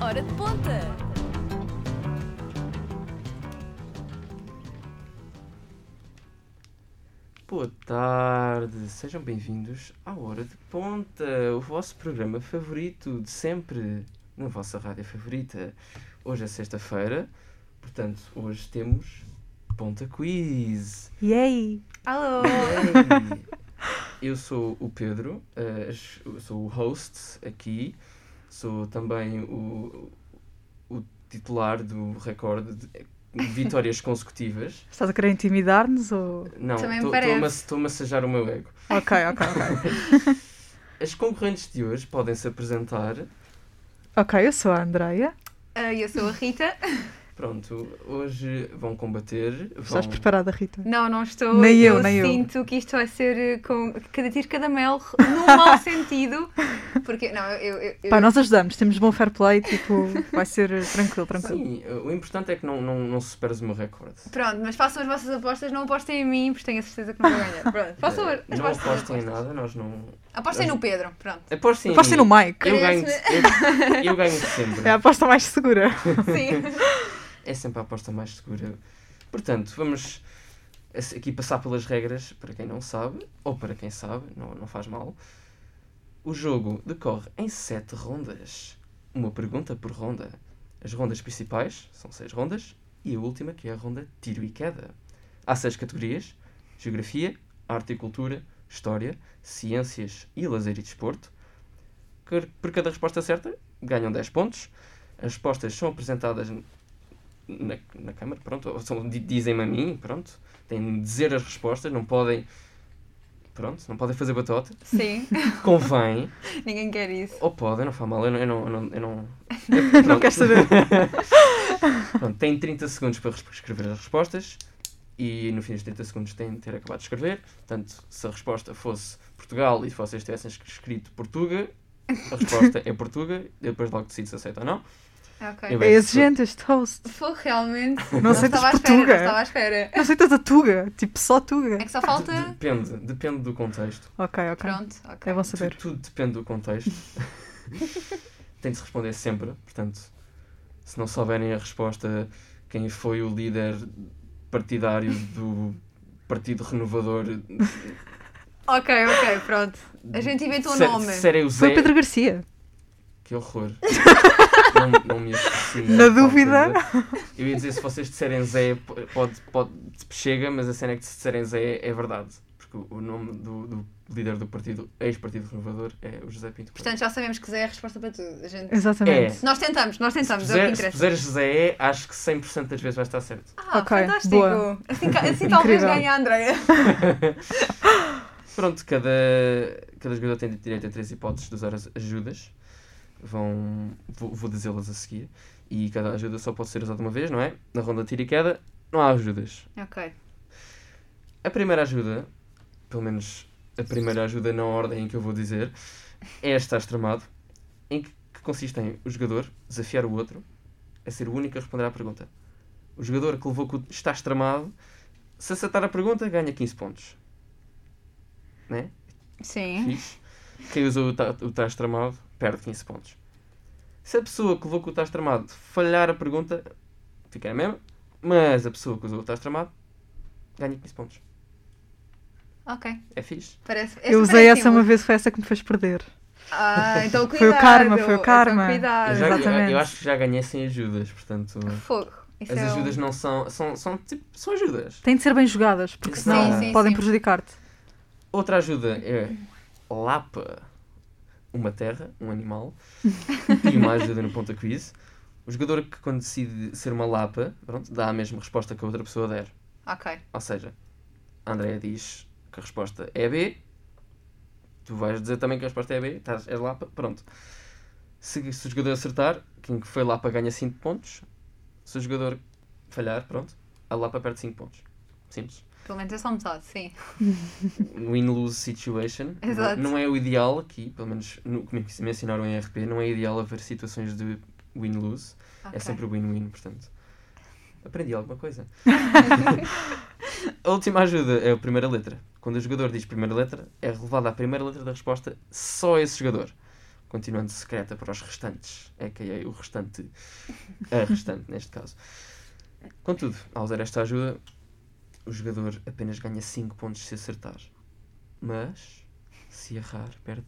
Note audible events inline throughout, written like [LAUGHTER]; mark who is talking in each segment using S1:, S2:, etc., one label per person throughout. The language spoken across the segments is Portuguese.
S1: Hora de ponta!
S2: Boa tarde, sejam bem-vindos à Hora de Ponta, o vosso programa favorito de sempre, na vossa rádio favorita. Hoje é sexta-feira, portanto, hoje temos Ponta Quiz.
S3: E é aí?
S1: Alô!
S2: Ei! Eu sou o Pedro, eh, as- eu sou o host aqui, sou também o, o titular do recorde de vitórias [LAUGHS] consecutivas.
S3: Estás a querer intimidar-nos ou.
S2: Não,
S1: Também me
S2: estou a
S1: parece.
S2: mass- tô a massajar o meu ego.
S3: Ok, ok, ok.
S2: As concorrentes de hoje podem se apresentar.
S3: Ok, eu sou a Andreia.
S1: Ah, eu sou a Rita.
S2: Pronto, hoje vão combater. Vão...
S3: Estás preparada, Rita?
S1: Não, não estou.
S3: Nem eu, nem eu.
S1: sinto que isto vai ser eh, com cada tiro, cada mel, num
S3: [LAUGHS]
S1: mau sentido. Porque, não, eu. eu, eu-
S3: Pá, nós ajudamos, temos bom fair play, tipo, vai ser eh, tranquilo, tranquilo.
S2: Sim, o importante é que não, não, não superes o meu recorde.
S1: Pronto, mas façam as vossas apostas, não apostem em mim, porque tenho a certeza que não vou ganhar. Pronto,
S3: [LAUGHS]
S1: façam as
S2: Eh, não
S1: vossas
S2: apostem em
S1: apostas.
S2: nada, nós não.
S1: Apostem no Pedro,
S2: [LAUGHS]
S1: pronto.
S2: Apostem,
S3: Apostem no Mike,
S2: Eu ganho, eu, eu ganho
S3: [LAUGHS]
S2: sempre.
S3: é a aposta mais segura.
S1: Sim.
S2: É sempre a aposta mais segura. Portanto, vamos ass- aqui passar pelas regras para quem não sabe, ou para quem sabe, não, não faz mal. O jogo decorre em sete rondas. Uma pergunta por ronda. As rondas principais são seis rondas e a última que é a ronda tiro e queda. Há seis categorias: Geografia, Arte e Cultura, História, Ciências e Lazer e Desporto. Que- Por cada resposta certa, ganham 10 pontos. As respostas são apresentadas na, na câmara, pronto, ou são- di- dizem-me a mim, pronto, têm de dizer as respostas, não podem, pronto, não podem fazer
S3: [LAUGHS]
S2: batota,
S1: Sim.
S2: convém,
S1: Ninguém quer isso.
S2: ou podem, não faz mal, eu não, eu não, eu não, eu não,
S3: [LAUGHS] Não quero saber.
S2: [LAUGHS] Pronto, têm 30 segundos para res- escrever as respostas e no fim dos 30 segundos têm de ter acabado de escrever, portanto, se a resposta fosse Portugal e vocês tivessem es- escrito Portuga, a resposta é Portuga, eu depois logo decido se aceita ou não.
S1: Ok.
S2: Eu
S3: É exigente este host.
S1: Foi realmente.
S3: Não aceitas
S1: estava à espera,
S3: Portuga?
S1: não estava à espera.
S3: Não aceitas a Tuga, tipo, só Tuga.
S1: É que só
S2: De-
S1: falta.
S2: Depende, depende do contexto.
S3: Ok, ok.
S1: Pronto,
S3: É
S1: ok.
S3: bom
S2: Tu-
S3: saber.
S2: Tudo depende do contexto. [LAUGHS] Tem de se responder sempre, portanto, se não souberem a resposta, quem foi o líder partidário do Partido Renovador.
S1: Ok, ok, pronto. A gente inventou um
S2: Se-
S1: nome.
S2: se era o
S3: Foi
S2: Zé,
S3: Pedro Garcia.
S2: Que
S3: [LAUGHS]
S2: horror. não, não me associo
S3: Na
S2: a tal
S3: dúvida.
S2: coisa. Eu ia dizer, se vocês disserem Zé, p- pode, pode, chega, mas a cena é que se disserem Zé é verdade. Porque o- o nome do, do líder do partido, ex-partido renovador, é o José Pinto. Coelho.
S1: Portanto, já sabemos que Zé é a resposta para tudo. A gente...
S3: Exatamente.
S1: Nós tentamos, nós tentamos, é o que
S2: Puser- Se
S1: interessa.
S2: puseres Zé, acho que 100% das vezes vai estar certo.
S1: Ah,
S3: Ok,
S1: fantástico.
S3: boa.
S1: Assim, ca- assim talvez
S3: Incrível.
S1: ganhe a Andrea.
S2: Pronto, cada, cada jogador tem direito a três hipóteses de usar as ajudas. Vão, vou, vou dizê-las a seguir. E cada ajuda só pode ser usada uma vez, não é? Na ronda de tiro e queda, não há ajudas.
S1: Ok.
S2: A primeira ajuda, pelo menos a primeira ajuda na ordem em que eu vou dizer, é estar extremado, em que, que consiste em o jogador desafiar o outro a ser o único a responder à pergunta. O jogador que levou com o está extremado, se acertar a pergunta, ganha 15 pontos. Né?
S1: Sim.
S2: Fixe. Quem usou o tá, o tá extremado, perde 15 pontos. Se a pessoa que levou com o tá extremado falhar a pergunta, fica a mesma, mas a pessoa que usou o tá extremado, ganha 15 pontos.
S1: Ok.
S2: É fixe.
S1: Parece. esta
S3: Eu usei
S1: parece
S3: essa uma
S1: simples.
S3: vez, foi essa que me fez perder.
S1: Ah, então cuidado.
S3: Foi o karma, foi o
S1: então
S3: karma.
S2: Eu,
S1: cuidado.
S2: já- eu-
S3: Exatamente.
S2: eu acho que já ganhei sem ajudas, portanto.
S1: Fogo. Isso
S2: As
S1: é um-
S2: ajudas não são. São, são, tipo, são ajudas.
S3: Têm de ser bem jogadas, porque
S2: Sim,
S3: senão
S2: sim,
S3: podem
S1: sim.
S3: prejudicar-te.
S2: Outra ajuda é Lapa. Uma terra,
S1: [LAUGHS]
S2: um animal. e uma ajuda no ponta quiz. O jogador que, quando decide ser uma Lapa, pronto, dá a mesma resposta que a outra pessoa der.
S1: Ok.
S2: Ou seja, a Andrea diz que a resposta é B, tu vais dizer também que a resposta é B, estás, és Lapa, pronto. Se, se o jogador acertar, quem que foi Lapa ganha 5 pontos. Se o jogador falhar, pronto, a Lapa perde 5 pontos. Simples.
S1: Pelo menos é só metade, sim.
S2: Win-lose situation. Não-
S1: Exato.
S2: Não é o ideal aqui, pelo menos no que me me ensinaram em RP, não é ideal haver situações de win-lose.
S1: Ok.
S2: É sempre win-win, portanto. Aprendi alguma coisa. a última ajuda é a primeira letra. Quando o jogador diz primeira letra, é relevada a primeira letra da resposta só a esse jogador. continuando secreta para os restantes, a.k.a. o restante, a restante neste caso. Contudo, ao usar esta ajuda, o jogador apenas ganha 5 pontos se acertar, mas se errar, perde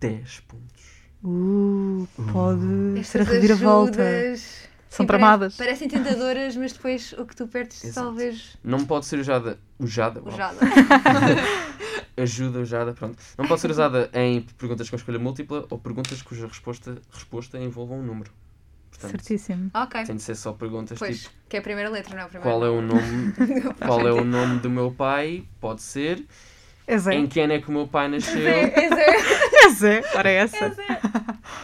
S2: 10 pontos.
S3: Uh, pode ser a
S1: Estas
S3: reviravolta.
S1: ajudas,
S3: São
S1: sim,
S3: tramadas.
S1: pare- Parecem tentadoras, mas depois o que tu perdes
S2: Exato.
S1: talvez
S2: Não pode ser usada. Usada? uau.
S3: [LAUGHS]
S1: usada.
S2: ajuda usada, pronto. Não pode ser usada em perguntas com escolha múltipla ou perguntas cuja resposta, resposta envolva um número. Portanto,
S3: Certíssimo.
S1: ok.
S2: tem de ser só perguntas
S1: Pois,
S2: tipo
S1: que é a primeira letra, não é a primeira. [LAUGHS]
S2: qual é o nome,
S1: Não faz
S2: qual é o
S1: sentido.
S2: nome do meu pai? Pode ser.
S3: É Zé.
S2: Em que ano é que o meu pai nasceu?
S1: É, é zero,
S3: É Zé. Ora é essa.
S1: [LAUGHS] é zero. E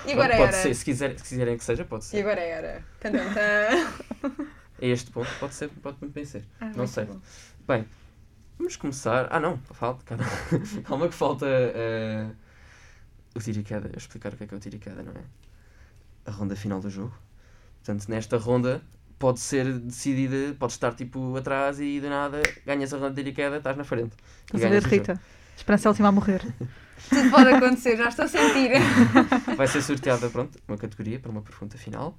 S2: Pronto,
S1: agora
S2: pode
S1: era.
S2: ser, se, quiser, se quiserem que seja, pode
S1: E
S2: ser.
S1: agora era. Tan, tan, tan.
S2: É este ponto, pode ser, pode muito bem ser.
S1: Ah,
S2: Não
S1: muito
S2: sei.
S1: bom.
S2: Bem, vamos começar. Ah não, falta, cara. [LAUGHS] Calma que falta eh, o tiro e queda. Eu explicar o que é que é o tiro e queda, não é? A ronda final do jogo. Portanto, nesta ronda pode ser decidida, pode estar tipo atrás e do nada ganhas a ronda de tiro e queda, estás na frente.
S3: Estás a
S2: ganhas
S3: ver,
S2: o jogo.
S3: Rita? Esperança é a última a morrer.
S1: Tudo pode acontecer, já estou a sentir.
S2: Vai ser sorteada, pronto, uma categoria para uma pergunta final.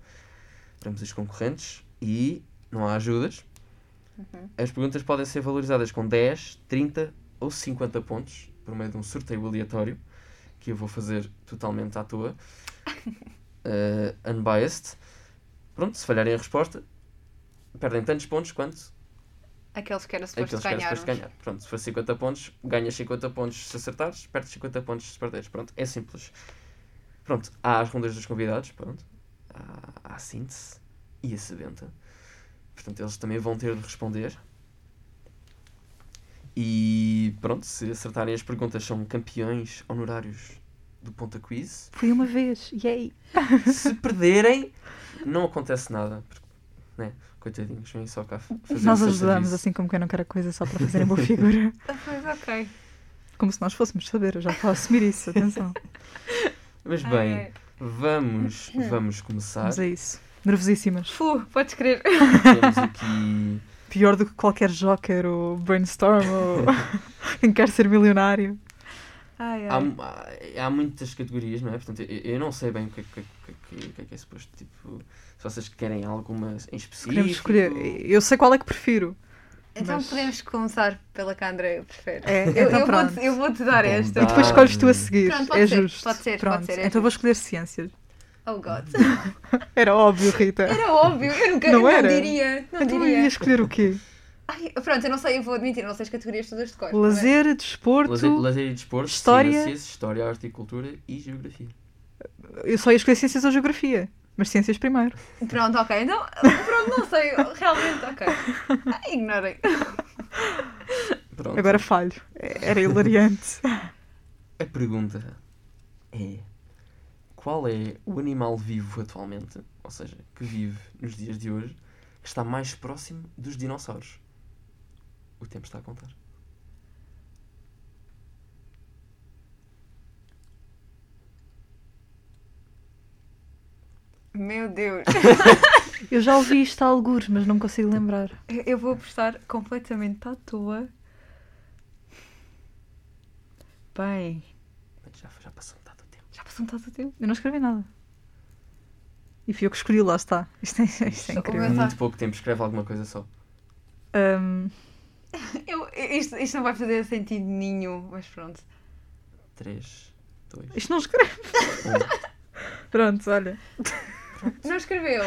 S2: Temos os concorrentes e não há ajudas. As perguntas podem ser valorizadas com 10, 30 ou 50 pontos por meio de um sorteio aleatório que eu vou fazer totalmente à toa. Eh, unbiased. Pronto, se falharem a resposta, perdem tantos pontos quanto
S1: Aqueles que era suposto
S2: aqueles que eram
S1: ganhar.
S2: suposto ganhar. Pronto, Então, se for 50 pontos, ganhas 50 pontos se acertares, perdes 50 pontos se perderes. Pronto, é simples. Pronto, há as rondas dos convidados, pronto. Há, há a síntese e a sebenta. Portanto, eles também vão ter de responder. E pronto, se acertarem as perguntas, são campeões honorários do Ponta
S3: [LAUGHS]
S2: Quiz.
S3: Fui uma vez. Yay.
S2: Se perderem, não acontece nada. Porque, né, coitadinhos, vêm só cá fazer o
S3: Nós
S2: seu
S3: ajudamos
S2: serviço.
S3: assim como quem não quer a coisa só para fazerem boa figura.
S1: Ah, Pois, ok.
S3: Como se nós fôssemos saber, eu já estou a assumir isso, atenção.
S2: Mas bem,
S1: Ok.
S2: Vamos, vamos começar.
S3: Vamos a é isso. Nervosíssimas.
S1: Fu, podes crer.
S2: Temos
S3: [LAUGHS]
S2: aqui.
S3: Pior do que qualquer joker ou brainstorm ou quem quer ser milionário.
S1: Ai, ai.
S2: Há, há muitas categorias, não é? Portanto, eu, eu não sei bem o que, é que- que- que- que é que é suposto. Tipo, se vocês querem alguma em específico.
S3: Queremos escolher. Eu sei qual é que prefiro.
S1: Então
S3: mas-
S1: podemos começar pela que a Andrea prefere.
S3: É,
S1: Eu,
S3: então
S1: eu
S3: pronto.
S1: vou-te eu vou-te dar
S2: Bom,
S1: esta.
S2: dá.
S3: E depois escolhes tu a seguir.
S1: Pronto, pode
S3: é
S1: ser,
S3: justo.
S1: pode ser, pode
S3: Pronto.
S1: ser, é justo.
S3: então vou escolher ciências.
S1: Oh God.
S3: Era óbvio, Rita.
S1: Era óbvio, eu nunca
S3: Não
S1: não,
S3: era?
S1: diria. Não
S3: então eu
S1: diria.
S3: ia escolher o quê?
S1: Ai, pronto, eu não sei, eu vou admitir, não sei as categorias todas de cor. não é?
S3: Lazer, desporto.
S2: Lazer, lazer e desporto,
S3: História.
S2: ciências, história, arte e cultura e geografia.
S3: Eu só ia escolher ciências ou geografia. Mas ciências primeiro.
S1: Pronto, ok. Então, pronto, não sei, realmente, ok. Ai, ignorem.
S2: Pronto.
S3: Agora falho. Era hilariante.
S2: A pergunta é: qual é o animal vivo atualmente, ou seja, que vive nos dias de hoje, que está mais próximo dos dinossauros? O tempo está a contar.
S1: Meu Deus.
S3: Eu já ouvi isto a algures, mas não me consigo lembrar.
S1: Eu- [LAUGHS] Eu vou apostar completamente à toa. Bem,
S2: Mas Já, já passou metade do tempo.
S1: já passou um tanto tempo.
S3: Eu não escrevi nada. E fui eu que escolhi, lá está. [LAUGHS] Isto é, isto é
S1: Só
S3: incrível.
S1: Pois é.
S2: Muito pouco tempo, escreve alguma coisa só.
S3: Ahm,
S1: Eu, isto, isto não vai fazer sentido nenhum, mas pronto.
S2: 3, 2, 1.
S3: isto não escreve. [LAUGHS] Pronto, olha.
S1: Não [LAUGHS] escreveu.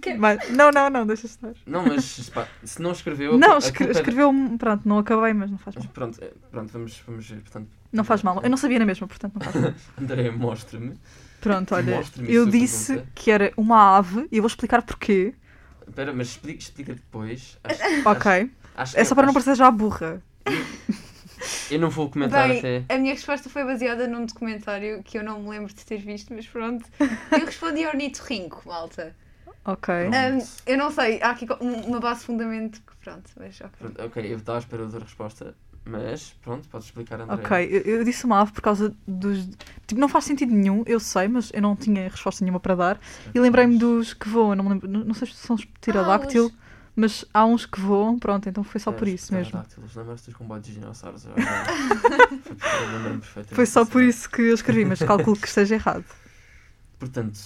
S1: Que-
S3: Mas- não, não, não, deixa estar.
S2: Não, mas pá, se não escreveu. a
S3: Não,
S2: culpa- a
S3: escre-
S2: culpa é de-
S3: escreveu-me. Pronto, não acabei, mas não faz
S2: Mas
S3: mal.
S2: Pronto, é, pronto, vamos, vamos ver. Portanto,
S3: Não faz mal. Eu não sabia na mesma, portanto não faz mal.
S2: André, mostra-me.
S3: Pronto, olha.
S2: Mostre-me a
S3: Eu
S2: sua
S3: disse
S2: pergunta.
S3: que era uma ave e eu vou explicar porquê.
S2: Espera, mas explica, explica depois. Acho,
S3: [LAUGHS] Ok.
S2: acho
S3: É só para não
S2: acho-
S3: parecer já burra.
S2: Eu não vou comentar até.
S1: Bem, a minha resposta foi baseada num documentário que eu não me lembro de ter visto, mas pronto. Eu respondi ao Nito Rinco, malta.
S3: Ok.
S2: Não.
S1: Ahm, eu não sei, há aqui co- um- uma base de fundamento que pronto, mas ok.
S2: Pronto, ok, eu estava à espera de outra resposta, mas pronto, podes explicar, André.
S3: Ok, eu, eu disse uma ave por causa dos. Tipo, não faz sentido nenhum, eu sei, mas eu não tinha resposta nenhuma para dar. E lembrei-me dos que voam, eu não, me lembro, não, não sei se são os pterodáctil, Mas há uns que voam, pronto, então foi só por isso
S2: é
S3: mesmo.
S2: Lembras-te dos combates de dinossauros? é
S3: [LAUGHS]
S2: Eu lembro-me perfeitamente.
S3: Foi só
S2: dessa
S3: por
S2: cena.
S3: isso que eu escrevi, mas calculo que esteja errado.
S2: Portanto,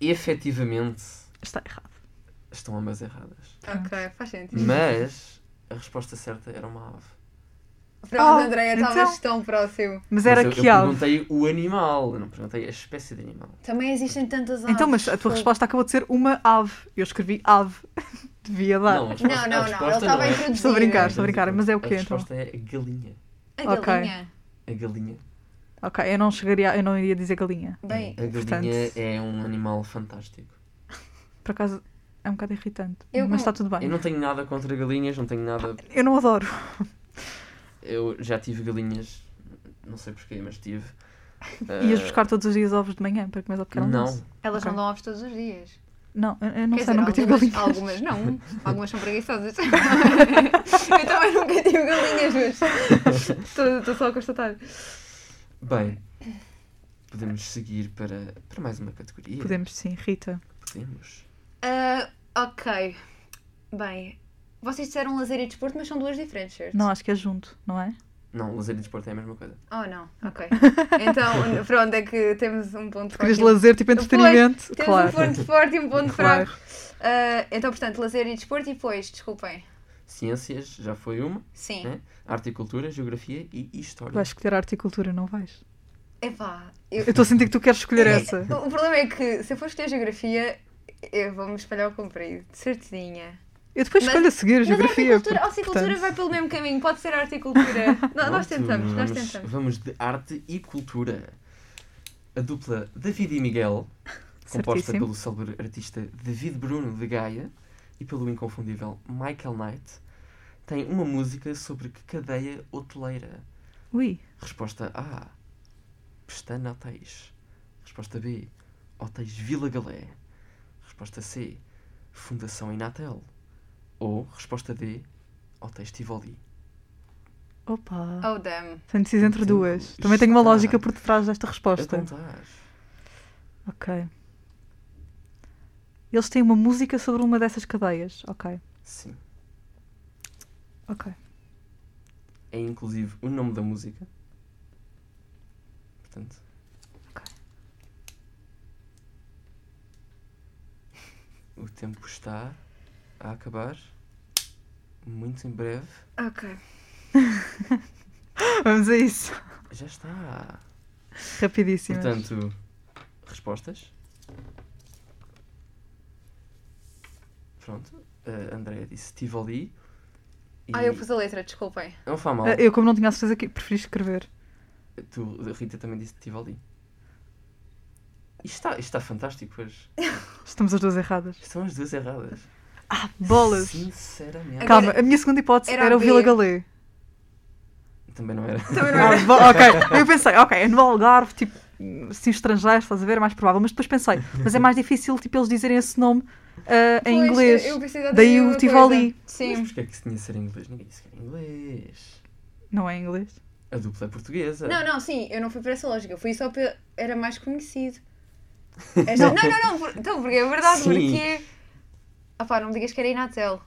S2: efetivamente,
S3: Está errado.
S2: estão ambas erradas.
S1: Ok, faz sentido.
S2: Mas a resposta certa era uma ave. Hum.
S1: Pronto,
S3: Oh,
S1: Andréia,
S3: então.
S1: estavas tão próximo.
S3: Mas era
S2: eu,
S3: que
S2: eu
S3: ave.
S2: perguntei o animal, eu não perguntei a espécie de animal.
S1: Também existem tantas aves.
S3: Então, mas a tua
S1: fogo.
S3: resposta acabou de ser uma ave. Eu escrevi ave. [LAUGHS] Devia
S2: a
S3: dar.
S2: resposta-
S1: Não,
S2: a
S1: não, não. Ele
S2: resposta
S1: estava a
S2: é-
S1: introduzir.
S3: Estou a brincar.
S2: Não,
S3: brincar, mas é o quê,
S2: A
S3: então?
S2: resposta é a galinha.
S1: A
S3: Ok.
S1: galinha.
S2: A galinha.
S3: Ok, eu não chegaria, eu não iria dizer galinha.
S1: Bem,
S2: a galinha
S3: portanto-
S2: é um animal fantástico.
S3: Por acaso é um bocado irritante.
S1: Eu
S3: mas
S1: com-
S3: está tudo bem.
S2: Eu não tenho nada contra galinhas, não tenho nada.
S3: Eu não adoro.
S2: Eu já tive galinhas, não sei porquê, mas tive.
S3: Ias
S2: Ah,
S3: buscar todos os dias ovos de manhã para comer ao pequeno
S2: Não,
S3: almoço?
S1: elas não
S3: Ok.
S1: dão ovos todos os dias.
S3: Não, eu, eu não
S1: Quer
S3: sei,
S1: dizer,
S3: nunca tive
S1: algumas,
S3: galinhas.
S1: Algumas não.
S3: [LAUGHS]
S1: Algumas são preguiçosas. [LAUGHS] eu também nunca tive galinhas, mas
S3: [LAUGHS]
S1: estou estou só a constatar.
S2: Bem, podemos seguir para, para mais uma categoria.
S3: Podemos sim, Rita.
S2: Podemos.
S1: Ah, ok. Bem, vocês disseram lazer e desporto, mas são duas diferentes, certo?
S3: Não, acho que é junto, não é?
S2: Não, lazer e desporto é a mesma coisa.
S1: Oh, não. Ok. Então, pronto, é que temos um ponto forte.
S3: Querias
S1: e um-
S3: lazer, tipo entretenimento?
S1: Temos
S3: claro.
S1: um ponto forte e um ponto
S3: Claro.
S1: fraco. Ah, então, portanto, lazer e desporto e depois, desculpem.
S2: Ciências já foi uma,
S1: Sim.
S2: É? arte e cultura, geografia e história.
S3: Vais escolher arte e cultura, não vais?
S1: Epá, eu,
S3: Eu estou a sentir que tu queres escolher essa.
S1: O o problema é que se eu for escolher geografia, eu vou-me espalhar ao comprido, de certeinha.
S3: Eu depois
S1: Mas-
S3: escolho a seguir a geografia.
S1: Mas a horticultura, a
S3: porque,
S1: horticultura
S3: portanto,
S1: vai pelo mesmo caminho, pode ser a horticultura. Nó- nós
S2: Pronto,
S1: tentamos, nós
S2: vamos-
S1: tentamos.
S2: Vamos de arte e cultura. A dupla David e Miguel, composta
S3: Certíssimo.
S2: pelo célebre artista David Bruno de Gaia e pelo inconfundível Michael Knight, tem uma música sobre que cadeia hoteleira?
S3: Ui,
S2: Resposta A. Pestana Hotéis. Resposta B. Hotéis Vila Galé. Resposta C. Fundação Inatel. Ou resposta D. Hotéis Tivoli.
S3: opa.
S1: Oh damn.
S3: Tenho de decidir entre
S2: Então,
S3: duas. Também tenho uma
S2: está.
S3: lógica por detrás desta
S2: A
S3: resposta.
S2: contar.
S3: Ok. Eles têm uma música sobre uma dessas cadeias. Ok,
S2: Sim.
S3: ok.
S2: é inclusive o nome da música. Portanto.
S3: Ok.
S2: O tempo está a acabar. Muito em breve.
S1: Ok.
S3: Vamos a isso.
S2: Já está.
S3: Rapidíssimo.
S2: Portanto, respostas. Pronto. A Andrea disse Tivoli. E
S1: Ah, eu Ah, pus a letra, desculpem.
S2: Não faz mal.
S3: Eu, como não tinha a certeza que preferi escrever.
S2: Tu, a Rita também disse Tivoli. Isto está, isto está fantástico hoje.
S3: Estamos as duas erradas.
S2: Estão as duas erradas.
S3: Ah, bolas!
S2: Sinceramente.
S1: Agora-
S3: Calma, a minha segunda hipótese
S1: Era
S3: era,
S1: a
S3: o Vila
S1: B.
S3: Galé.
S2: Também não era.
S1: Também não
S3: Ah,
S1: era.
S3: bo- ok, eu pensei, ok, é no Algarve, tipo, assim, estrangeiro, estás a ver, é mais provável. Mas depois pensei, mas é mais difícil, tipo, eles dizerem esse nome ah, em
S1: Pois,
S3: inglês.
S1: eu pensei exatamente
S3: Daí
S1: a
S3: o
S1: mesma
S3: Tivoli.
S1: coisa.
S2: Mas
S1: Sim.
S2: porquê é que se tinha de ser em inglês? Ninguém disse que era em inglês.
S3: Não é em inglês?
S2: A dupla é portuguesa.
S1: Não, não, sim, eu não fui por essa lógica, eu fui só para. Era mais conhecido. Esta- Não, não, não, por- então, porque é verdade,
S2: Sim.
S1: porque. Ah pá, não me digas que era Inatel.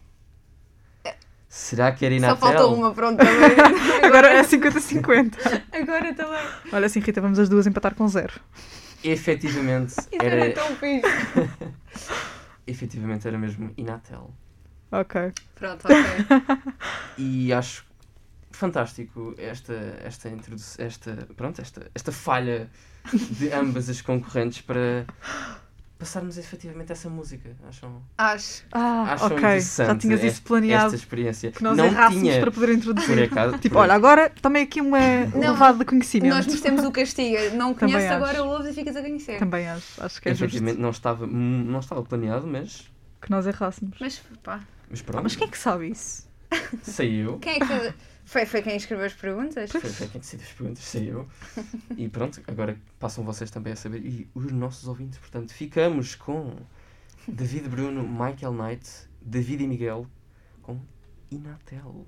S2: Será que era
S1: Só
S2: Inatel?
S1: faltou uma, pronto,
S3: [LAUGHS]
S1: também.
S3: Agora é 50-50.
S1: Agora tá também.
S3: Olha assim, Rita, vamos as duas empatar com zero.
S2: Efetivamente
S1: [LAUGHS] Isso era,
S2: era,
S1: tão fixe.
S2: efetivamente era mesmo Inatel.
S3: Ok.
S1: Pronto,
S3: [LAUGHS]
S1: ok.
S2: E acho fantástico esta esta introdu- esta, pronto, esta esta falha de ambas as concorrentes para passarmos efetivamente essa música. Acham?
S1: Acho.
S3: Ah,
S2: Acham
S3: ok. Já
S2: interessante
S3: tinhas isso
S2: este-
S3: planeado
S2: Esta experiência
S3: que nós
S2: não
S3: errássemos
S2: tinha.
S3: para
S2: [LAUGHS]
S3: poder
S2: Por
S3: introduzir.
S2: acaso,
S3: [LAUGHS] Tipo,
S2: por-
S3: olha, agora também aqui uma um levado de conhecimento.
S1: Nós merecemos o castigo. Não
S3: Também
S1: conheces
S3: acho.
S1: agora o ouves e ficas a conhecer.
S3: Também acho, acho que é justo
S2: Efetivamente não estava, não estava planeado, mas,
S3: que nós errássemos.
S1: Mas pá,
S2: mas
S3: Ah,
S2: pronto,
S3: mas quem é que sabe isso?
S2: saiu.
S1: quem é que fez? Foi, foi quem escreveu as perguntas?
S2: Foi, foi quem decide as perguntas, saiu. E pronto, agora passam vocês também a saber. E os nossos ouvintes, portanto, ficamos com David Bruno, Michael Knight, David e Miguel com Inatel.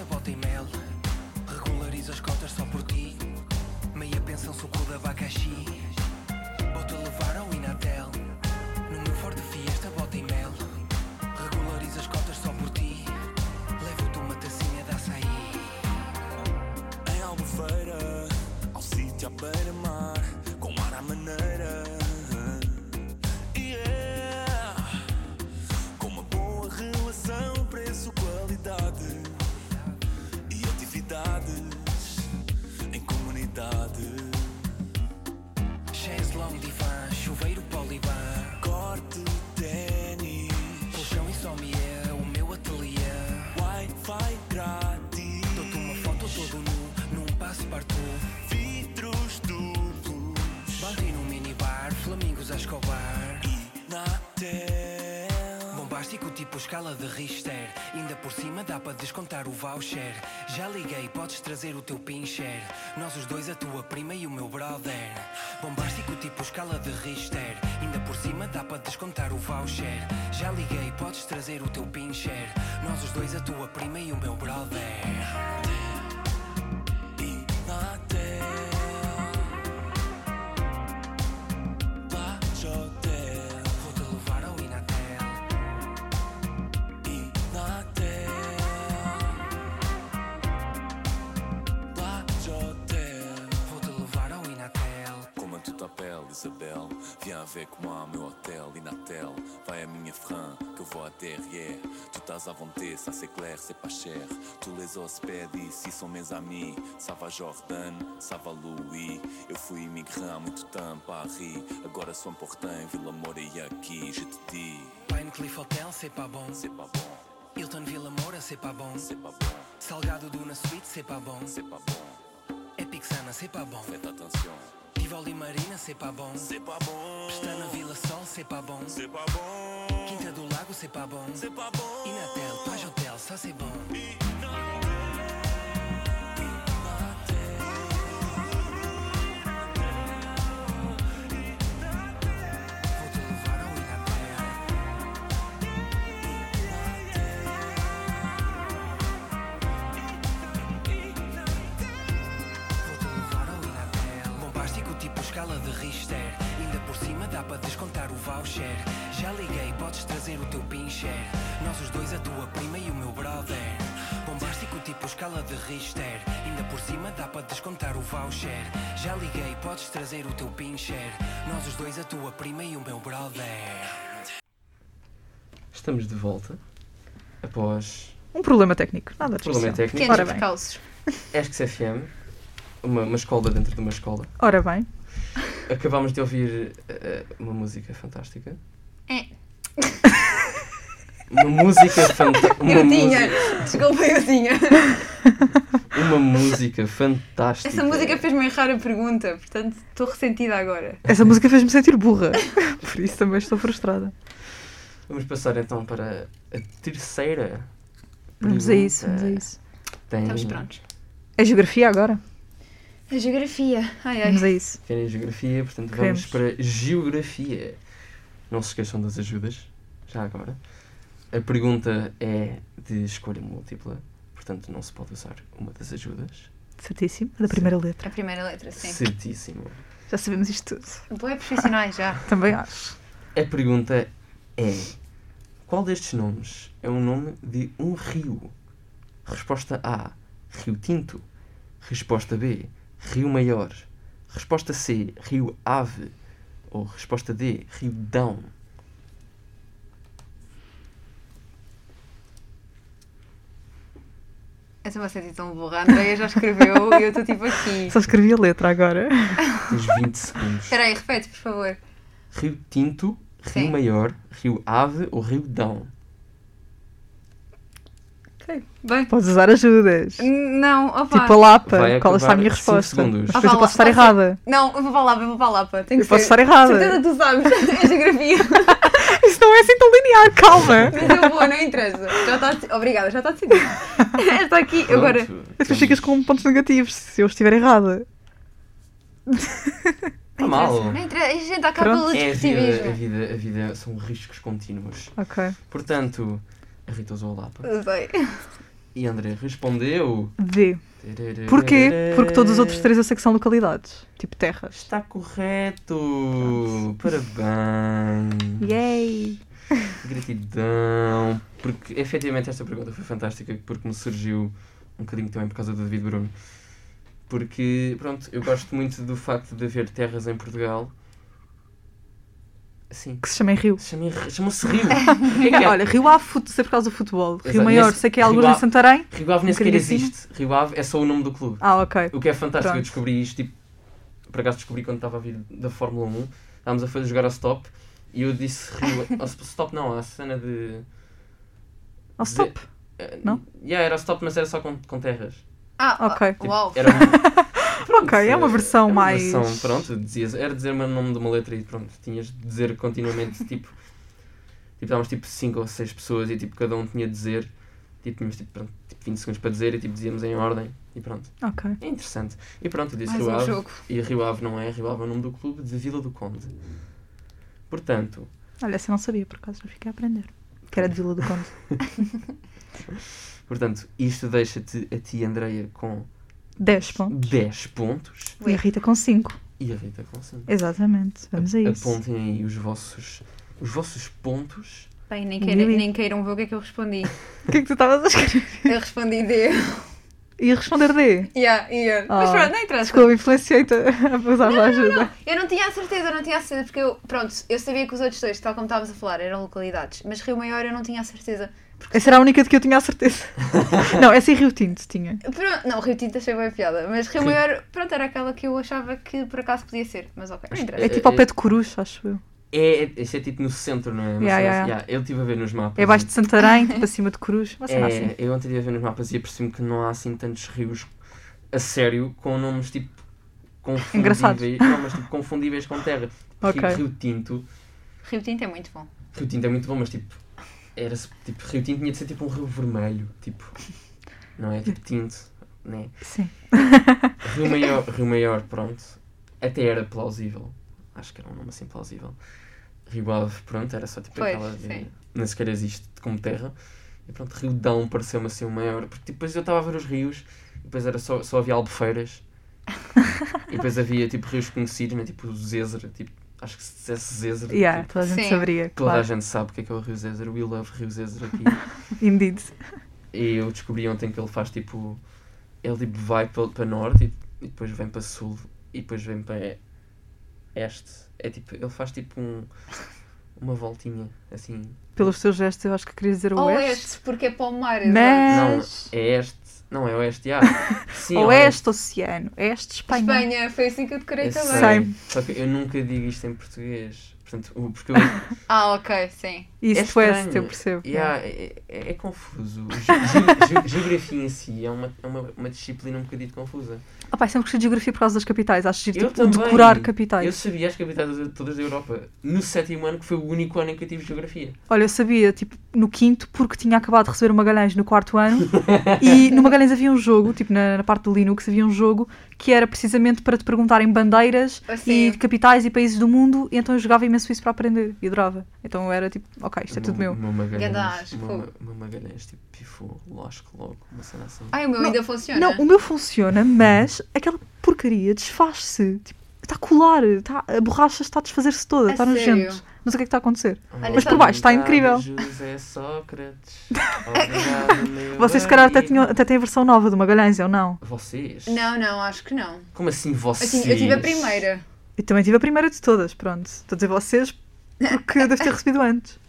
S4: a bota e mel. Regulariza as cotas só por ti. Meia pensão, suco de abacaxi. Bota a levar ao Inatel. No meu Ford Fiesta, bota e mel. Regulariza as cotas só por ti. Levo-te uma tacinha de açaí.
S5: em Albufeira, ao sítio à beira-mar, com ar à maneira. é Yeah. Com uma boa relação, preço, qualidade e atividades em comunidade.
S4: Chaise long divã, chuveiro poliban.
S5: Corte, ténis,
S4: Colchão e sommelier, o meu ateliê.
S5: Wi-Fi
S4: Dou-te uma
S5: grátis,
S4: foto todo nu, num passo partout.
S5: vidros duplos.
S4: Bandi num minibar, flamingos a escobar.
S5: Inatel.
S4: Bombástico tipo escala de Richter Ainda por cima dá para descontar o voucher Já liguei, podes trazer o teu pincher Nós os dois, a tua prima e o meu brother Bombástico tipo escala de Richter Ainda por cima dá para descontar o voucher Já liguei, podes trazer o teu pincher Nós os dois, a tua prima e o meu brother Vou-te levar ao Inatel Vou-te levar ao Inatel
S5: Como a tuta pele, Isabel Viens ver como há meu hotel e na tel Vai a minha Fran, que eu vou à TRR Tu estás à vontade, ça c'est clair, c'est pas cher Tu les hospedi, si são meus amis Ça va Jordan, ça va Louis Eu fui imigrante há muito tempo, Paris Agora sou importante, Vila Moura e aqui Je te dis,
S4: Pinecliff Hotel, c'est pas bon
S5: c'est pas bom
S4: Hilton Vila Moura, c'est pas bon
S5: C'est pas bom,
S4: Salgado Duna Suite, c'est pas bon
S5: c'est pas bom
S4: Epic Sana, c'est pas bon
S5: Faites attention,
S4: Tivoli Marina, c'est pas bon
S5: c'est pas bom
S4: Pestana Vila Sol, c'est pas bon
S5: C'est pas bom
S4: Quinta do Lago, c'est pas bon
S5: C'est pas bon
S4: Inatel, Paj Hotel, ça c'est bon Vou-te levar ao Inatel Vou-te levar ao Inatel Bombástico tipo escala de Richter Ainda por cima dá para descontar o voucher Já liguei, podes trazer o teu pincher Nós os dois, a tua prima e o meu brother Bombástico tipo escala de Richter Ainda por cima dá para descontar o voucher Já liguei, podes trazer o teu pincher Nós os dois, a tua prima e o meu brother
S2: Estamos de volta. Após
S3: Um problema técnico, nada de
S2: problema
S3: especial.
S2: técnico.
S1: Pequenos
S3: Ora bem.
S1: é percalços.
S2: ESC-FM, uma, uma escola dentro de uma escola.
S3: Ora bem,
S2: Acabámos de ouvir eh, uma música fantástica.
S1: É.
S2: Uma música fantástica.
S1: [LAUGHS]
S2: Uma,
S1: Eu tinha.
S2: música-
S1: Desculpa, eu
S3: [LAUGHS]
S1: tinha.
S2: uma música fantástica.
S1: Essa música fez-me errar a pergunta, portanto estou ressentida agora.
S3: essa música fez-me sentir burra, [LAUGHS] por isso também estou frustrada.
S2: Vamos passar então para a terceira.
S3: Vamos a isso,
S2: pergunta.
S3: vamos a isso.
S2: Tem...
S1: Estamos prontos.
S3: É geografia agora?
S1: A geografia. Ai, ai.
S3: Vamos a isso.
S2: Querem geografia, portanto
S3: Queremos.
S2: vamos para geografia. Não se esqueçam das ajudas, já agora. A pergunta é de escolha múltipla, portanto não se pode usar uma das ajudas.
S3: Certíssimo, da primeira letra.
S1: A primeira letra, sim.
S2: Certíssimo.
S3: Já sabemos isto tudo.
S1: Boa profissionais já.
S3: Também acho.
S2: A pergunta é: qual destes nomes é o nome de um rio? Resposta A: Rio Tinto. Resposta B: Rio Maior. Resposta C: Rio Ave. Ou resposta D: Rio Dão.
S1: Essa é uma senti tão burra. A Andrea já escreveu e eu estou tipo aqui.
S3: [LAUGHS] Só escrevi a letra agora. [LAUGHS]
S2: Tens 20 segundos.
S1: Espera aí, repete, por favor.
S2: Rio Tinto, Rio
S1: Sim.
S2: Maior, Rio Ave ou Rio Dão?
S1: Bem,
S3: Podes usar ajudas.
S1: n- não, opa.
S3: Tipo a Lapa,
S2: Vai
S3: qual está a
S2: acabar
S3: minha
S2: em cinco
S3: resposta?
S2: segundos.
S3: Mas
S1: Ah,
S3: depois
S1: vá
S3: eu
S1: lá,
S3: posso estar
S1: pode ser.
S3: errada.
S1: [LAUGHS] Não, eu vou para lá, eu vou para lá, pá. Tem que
S3: Eu
S1: ser.
S3: posso estar errada.
S1: Certeza tu sabes, [LAUGHS] é geografia.
S3: Isso não é assim tão linear,
S2: [LAUGHS]
S3: calma.
S1: Mas eu vou, não interessa. Já está, obrigada, já está decidido. [LAUGHS] Está aqui, agora.
S2: Pronto,
S3: Depois
S2: temos-
S3: ficas com pontos negativos se eu estiver errada.
S2: Tá mal.
S1: Não interessa, a gente acaba
S3: Pronto.
S1: o
S2: É a vida, a
S1: desportivismo.
S2: vida, a vida são riscos contínuos.
S3: Ok.
S2: Portanto, a Rita usou a Lapa.
S1: Eu sei.
S2: E André respondeu.
S3: D. Porquê? Porque todos os outros três eu sei que são localidades, tipo terras.
S2: Está correto! Parabéns!
S3: Yay!
S2: Gratidão! Porque efetivamente esta pergunta foi fantástica porque me surgiu um bocadinho também por causa do David Bruno. Porque, pronto, eu gosto muito do facto de haver terras em Portugal. Sim.
S3: Que se chama em Rio.
S2: Chamam-se
S3: [LAUGHS]
S2: Rio. É que é.
S3: Olha, Rio Ave, fute- sei por causa do futebol. Rio
S2: Exato.
S3: Maior,
S2: Nesse-
S3: sei que é alguns
S2: Rio
S3: em
S2: Ave-
S3: Santarém.
S2: Rio Ave nem
S3: Um
S2: sequer
S3: bocadinho acima.
S2: existe. Rio Ave é só o nome do clube.
S3: Ah, ok.
S2: O que é fantástico,
S3: Pronto.
S2: eu descobri isto, tipo, por acaso descobri quando estava a vir da Fórmula 1, estávamos a fazer jogar ao stop e eu disse [LAUGHS] Rio, ao s- stop não, a cena de...
S3: Oh,
S2: de-
S3: stop.
S2: eh,
S3: Não?
S2: Yeah, era stop, mas era só com, com terras.
S1: Ah,
S3: Ok.
S2: Tipo,
S1: uau. [LAUGHS]
S2: Era um- Pronto,
S3: Ok, é uma
S2: eh,
S3: versão
S2: era
S3: mais-
S2: versão, pronto, dizias, era dizer o nome de uma letra e pronto, tinhas de dizer continuamente, [LAUGHS] tipo... Tipo, estávamos tipo 5 ou 6 pessoas e tipo, cada um tinha de dizer, tipo, tínhamos tipo, pronto, tipo 20 segundos para dizer e tipo, dizíamos em ordem e pronto.
S3: Ok.
S2: É interessante. E pronto, eu disse
S1: Mais
S2: Rio
S1: um
S2: Ave.
S1: jogo.
S2: E Rio Ave não é, Rio Ave é o nome do clube de Vila do Conde. Portanto,
S3: Olha, essa eu não sabia, por acaso, já fiquei a aprender. Que era de Vila do Conde.
S2: portanto isto deixa-te a ti, Andreia, com
S3: 10 pontos.
S2: 10 pontos
S3: E a Rita com 5.
S2: e a Rita com 5.
S3: Exatamente. Vamos a isso.
S2: Apontem aí os vossos, os vossos pontos.
S1: Bem, nem queiram,
S3: Ui.
S1: nem queiram ver o que é que eu respondi.
S3: O que é que tu estavas a escrever?
S1: Eu respondi de. [LAUGHS]
S3: E responder D.
S1: Yeah, yeah. Mas
S3: Oh.
S1: pronto, nem interessa.
S3: Desculpa, influenciei-te a usar a ajuda.
S1: Eu não tinha a certeza, eu não tinha a certeza, porque eu, pronto, eu sabia que os outros dois, tal como estávamos a falar, eram localidades, mas Rio Maior eu não tinha a certeza.
S3: Essa era a única de que eu tinha a certeza. não, essa e Rio Tinto tinha.
S1: Pronto, não, Rio Tinto achei bem piada, mas Rio
S2: Sim.
S1: Maior, pronto, era aquela que eu achava que por acaso podia ser, mas ok, não
S3: É
S1: interessa.
S3: tipo ao pé de Coruja, acho eu.
S2: É, é- isto é tipo no centro, não é? Mas,
S3: Yeah,
S2: é-
S3: yeah.
S2: yeah, eu estive a ver nos mapas.
S3: É abaixo de Santarém, tipo acima de Coruja. Uma cena
S2: É,
S3: assim.
S2: eu ontem estive a ver nos mapas e apercebi-me que não há assim tantos rios a sério com nomes tipo
S3: [LAUGHS] Engraçados.
S2: confundíveis, não, mas, tipo, confundíveis com terra. Rio-
S3: Ok.
S2: Rio Tinto
S1: Rio Tinto é muito bom.
S2: Rio Tinto é muito bom, mas tipo, era tipo, Rio Tinto tinha de ser tipo um rio vermelho, tipo, não é? Tipo tinto, né?
S3: Sim.
S2: Rio Maior, Rio Maior, pronto, até era plausível, acho que era um nome assim plausível. Rio Ave, pronto, era só tipo
S1: Pois,
S2: aquela,
S1: sim.
S2: nem sequer existe como terra. E pronto, Rio Dão pareceu-me assim o maior, porque tipo, depois eu estava a ver os rios, e depois era só, só havia albufeiras, e depois havia tipo rios conhecidos, né? Tipo o Zezer, tipo, acho que se dissesse Zezer,
S3: Yeah,
S2: tipo,
S3: toda a gente
S1: Sim.
S3: saberia,
S2: Toda a
S3: claro.
S2: gente sabe o que é que é o Rio Zezer, we love Rio Zezer aqui.
S3: Indeed.
S2: e eu descobri ontem que ele faz tipo. Ele tipo, vai para, para norte e, e depois vem para sul e depois vem para este. É tipo, ele faz tipo um, uma voltinha assim.
S3: Pelos teus gestos, eu acho que querias dizer o
S1: Ou
S3: oeste.
S1: este, porque é para o mar, exato.
S3: Mas.
S2: É este. Não, é oeste, ah, sim,
S3: Oeste, oceano. Este, Espanha.
S1: Espanha, foi assim que eu decorei
S2: Eu
S1: também.
S3: Sei.
S2: sei. Só que eu nunca digo isto em português. Portanto, o- porque eu,
S1: Ah, ok, sim.
S2: É
S3: East,
S2: estranho.
S3: West, eu percebo.
S2: yeah, é, é- é confuso. Ge- ge- ge- Geografia em si é uma, é uma, uma disciplina um bocadinho confusa.
S3: Ah, pá, sempre gostei de geografia por causa das capitais. Acho giro,
S2: Eu
S3: tipo,
S2: também.
S3: decorar
S2: Eu
S3: capitais.
S2: sabia as capitais de todas da Europa no sétimo ano, que foi o único ano em que eu tive geografia.
S3: Olha, eu sabia, tipo, no quinto, porque tinha acabado de receber o Magalhães no
S2: [LAUGHS]
S3: quarto ano. e no Magalhães havia um jogo, tipo, na, na parte do Linux, havia um jogo que era precisamente para te perguntarem bandeiras
S1: Assim.
S3: e de capitais e países do mundo. E então eu jogava imenso isso para aprender e adorava. Então eu era tipo, ok, isto é tudo meu.
S2: O meu Magalhães,
S1: Gadás,
S2: o meu,
S1: fogo. Ah,
S2: Ma- o meu Magalhães tipo, pifou, lógico, logo, uma cena assim.
S1: Ai, o meu
S3: Não,
S1: ainda funciona.
S3: Não, o meu funciona, mas aquela porcaria desfaz-se. Tipo, está a colar, está- a borracha está a desfazer-se toda,
S1: A
S3: está
S1: sério?
S3: nojento. Não sei o que é que está a acontecer.
S1: Mas por
S3: baixo está
S2: Obrigado,
S3: incrível.
S2: José
S3: [LAUGHS]
S2: Sócrates. Obrigado, meu
S3: Vocês, se calhar, até,
S2: amigo.
S3: tinham, até têm a versão nova do Magalhães, eu não.
S2: Vocês?
S1: não, não, acho que não.
S2: Como assim
S1: Eu
S2: vocês?
S1: tive, eu tive a primeira.
S3: Eu também tive a primeira de todas, pronto. Estou a dizer vocês porque eu devo ter
S2: [LAUGHS]
S3: recebido antes.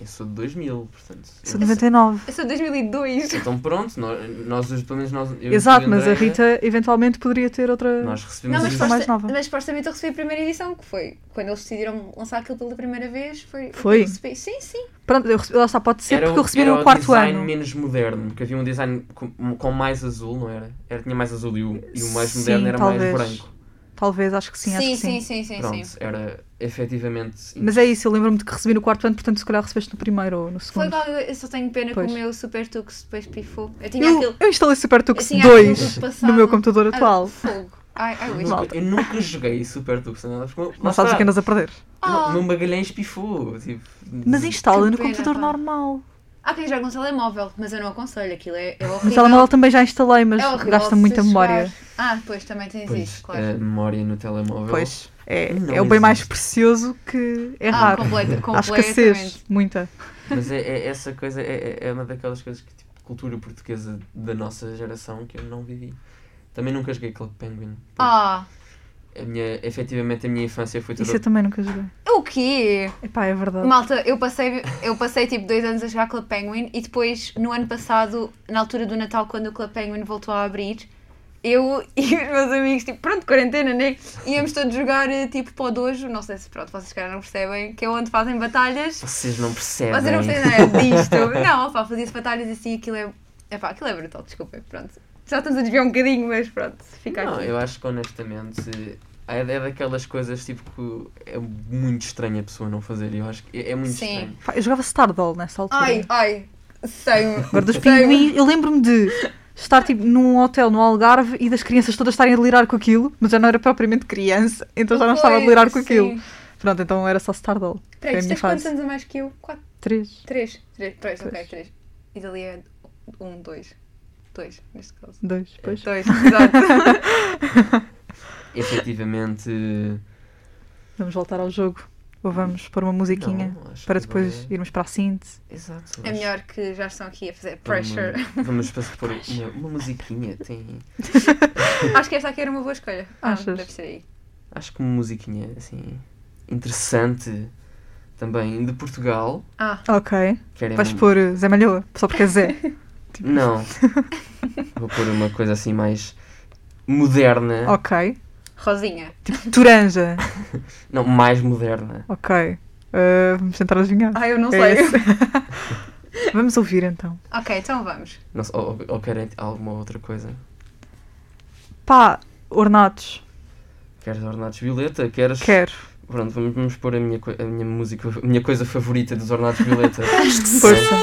S2: Eu sou de 2000, portanto.
S3: Sou de 99.
S1: Eu sou de 2002.
S2: Então pronto, nós, nós dois, pelo menos nós. eu e
S3: Exato,
S2: o
S3: mas a
S2: André,
S3: Rita eventualmente poderia ter outra.
S2: Nós
S1: Não,
S2: recebemos
S1: mas,
S2: os-
S3: sou mais
S1: suposta-
S3: nova.
S1: mas supostamente eu recebi a primeira edição, que foi quando eles decidiram lançar aquilo pela primeira vez. Foi? o que
S3: Foi?
S1: eu recebi. Sim, sim.
S3: Pronto, eu recebi, lá está, pode ser porque
S2: o-
S3: eu recebi
S2: era
S3: no quarto
S2: o design
S3: ano.
S2: menos moderno, porque havia um design com, com mais azul, não era? era? Tinha mais azul e o, e o mais
S3: Sim,
S2: moderno era
S3: talvez.
S2: mais branco.
S3: Talvez, acho que sim, acho que
S1: sim,
S3: sim.
S1: sim, sim, sim,
S2: Pronto,
S1: sim.
S2: era efetivamente.
S3: Mas é isso, eu lembro-me de que recebi no quarto ano, portanto, se calhar recebeste no primeiro ou no
S1: Foi
S3: segundo.
S1: igual, eu só tenho pena
S3: Pois.
S1: que o meu Super Tux depois pifou. Eu tinha
S3: Eu,
S1: Assim, aquilo.
S3: eu instalei Super Tux
S1: tinha aquilo
S3: 2
S1: do
S3: no meu
S1: passado.
S3: computador
S1: Ah,
S3: atual.
S1: fogo. Ai, ai, wish.
S3: Malta.
S2: Eu nunca joguei Super Tux, nada, porque lá
S3: é Não sabes o
S2: está,
S3: que andas a perder.
S2: o
S1: Ah,
S2: meu Magalhães pifou. Tipo,
S3: Mas instala
S1: Que
S3: no
S1: pena,
S3: computador
S1: pá.
S3: normal.
S1: Há quem jogue no telemóvel, mas eu não aconselho. Aquilo é, é horrível.
S3: No telemóvel também já instalei, mas
S1: É horrível
S3: gasta
S1: se
S3: muita memória.
S1: jogar. Ah, pois, também tens
S2: Pois, é.
S1: isso, claro.
S2: a memória no telemóvel.
S3: Pois. É,
S2: Não
S3: é o bem mais
S2: existe.
S3: precioso que é
S1: ah,
S3: raro.
S1: completa,
S3: Há escassez,
S1: completamente.
S3: muita.
S2: Mas é, é- essa coisa é, é- é uma daquelas coisas que, tipo, cultura portuguesa da nossa geração que eu não vivi. Também nunca joguei Club Penguin.
S1: Ah,
S2: A minha, efetivamente, a minha infância foi
S3: Isso eu
S2: toda.
S3: também nunca joguei.
S1: o quê?
S3: Epá, é verdade.
S1: Malta, eu passei, eu passei tipo dois anos a jogar Club Penguin e depois, no ano passado, na altura do Natal, quando o Club Penguin voltou a abrir, eu e os meus amigos, tipo, pronto, quarentena, né? Íamos todos jogar eh, tipo para o dojo, não sei se pronto, vocês cara não percebem, que é onde fazem batalhas.
S2: Vocês não
S3: É
S2: percebem.
S1: Vocês não percebem nada
S3: [LAUGHS]
S1: disto. Não, opá, fazia-se batalhas assim, aquilo é. Epá, aquilo é brutal, desculpem, pronto. Já estamos a desviar um bocadinho, mas pronto, fica
S2: Não,
S1: aqui.
S2: eu acho que honestamente é, é daquelas coisas tipo que é muito estranho a pessoa não fazer. Eu acho que é, é muito
S1: Sim.
S2: estranho.
S3: Pá, Eu jogava Stardoll nessa altura.
S1: Ai, ai, sei.
S3: Agora dos pinguins, eu lembro-me de estar tipo num hotel no Algarve e das crianças todas estarem a delirar com aquilo, mas eu não era propriamente criança, então já não estava a delirar com aquilo. Pronto, então era só Stardoll. Foi a
S1: Peraí, tu
S3: minha
S1: tens quantos
S3: fase.
S1: anos a mais que eu? Quatro.
S3: Três.
S1: Três. Três, três ok,
S3: Pois.
S1: três. E dali é um, dois. Dois, neste caso.
S3: Dois, pois.
S1: Dois, [LAUGHS] exato.
S2: Efetivamente.
S3: Vamos voltar ao jogo. Ou vamos pôr uma musiquinha
S2: não, acho
S3: para
S2: que
S3: depois
S2: agora- é
S3: irmos para a síntese.
S2: Exato.
S1: É
S2: acho
S1: melhor que já estão aqui a fazer
S2: que vamos-
S1: pressure. [LAUGHS]
S2: Vamos para pôr uma, uma musiquinha. Tem,
S1: Acho que esta aqui era uma boa escolha. Ah,
S3: Achas?
S1: deve ser aí.
S2: acho que uma musiquinha assim interessante também de Portugal.
S1: Ah,
S3: Ok.
S2: Querem
S3: Vais
S2: uma-
S3: pôr uh, Zé Malhoa, só porque é Zé. [LAUGHS]
S1: tipo, [LAUGHS]
S2: Não. Vou pôr uma coisa assim mais moderna.
S3: ok.
S1: Rosinha.
S3: Toranja.
S2: Não, mais moderna.
S3: Ok. Uh, vamos tentar adivinhar.
S1: Ah, eu não
S3: É
S1: sei.
S3: esse. vamos ouvir então.
S1: ok, então vamos.
S2: Não sei, ou, ou querem alguma outra coisa?
S3: Pá, ornados.
S2: Queres Ornados Violeta? Queres.
S3: Quero.
S2: Pronto, vamos, vamos pôr a minha, coi- a minha música, a minha coisa favorita dos Ornados
S3: [LAUGHS]
S2: Violeta.
S3: Força.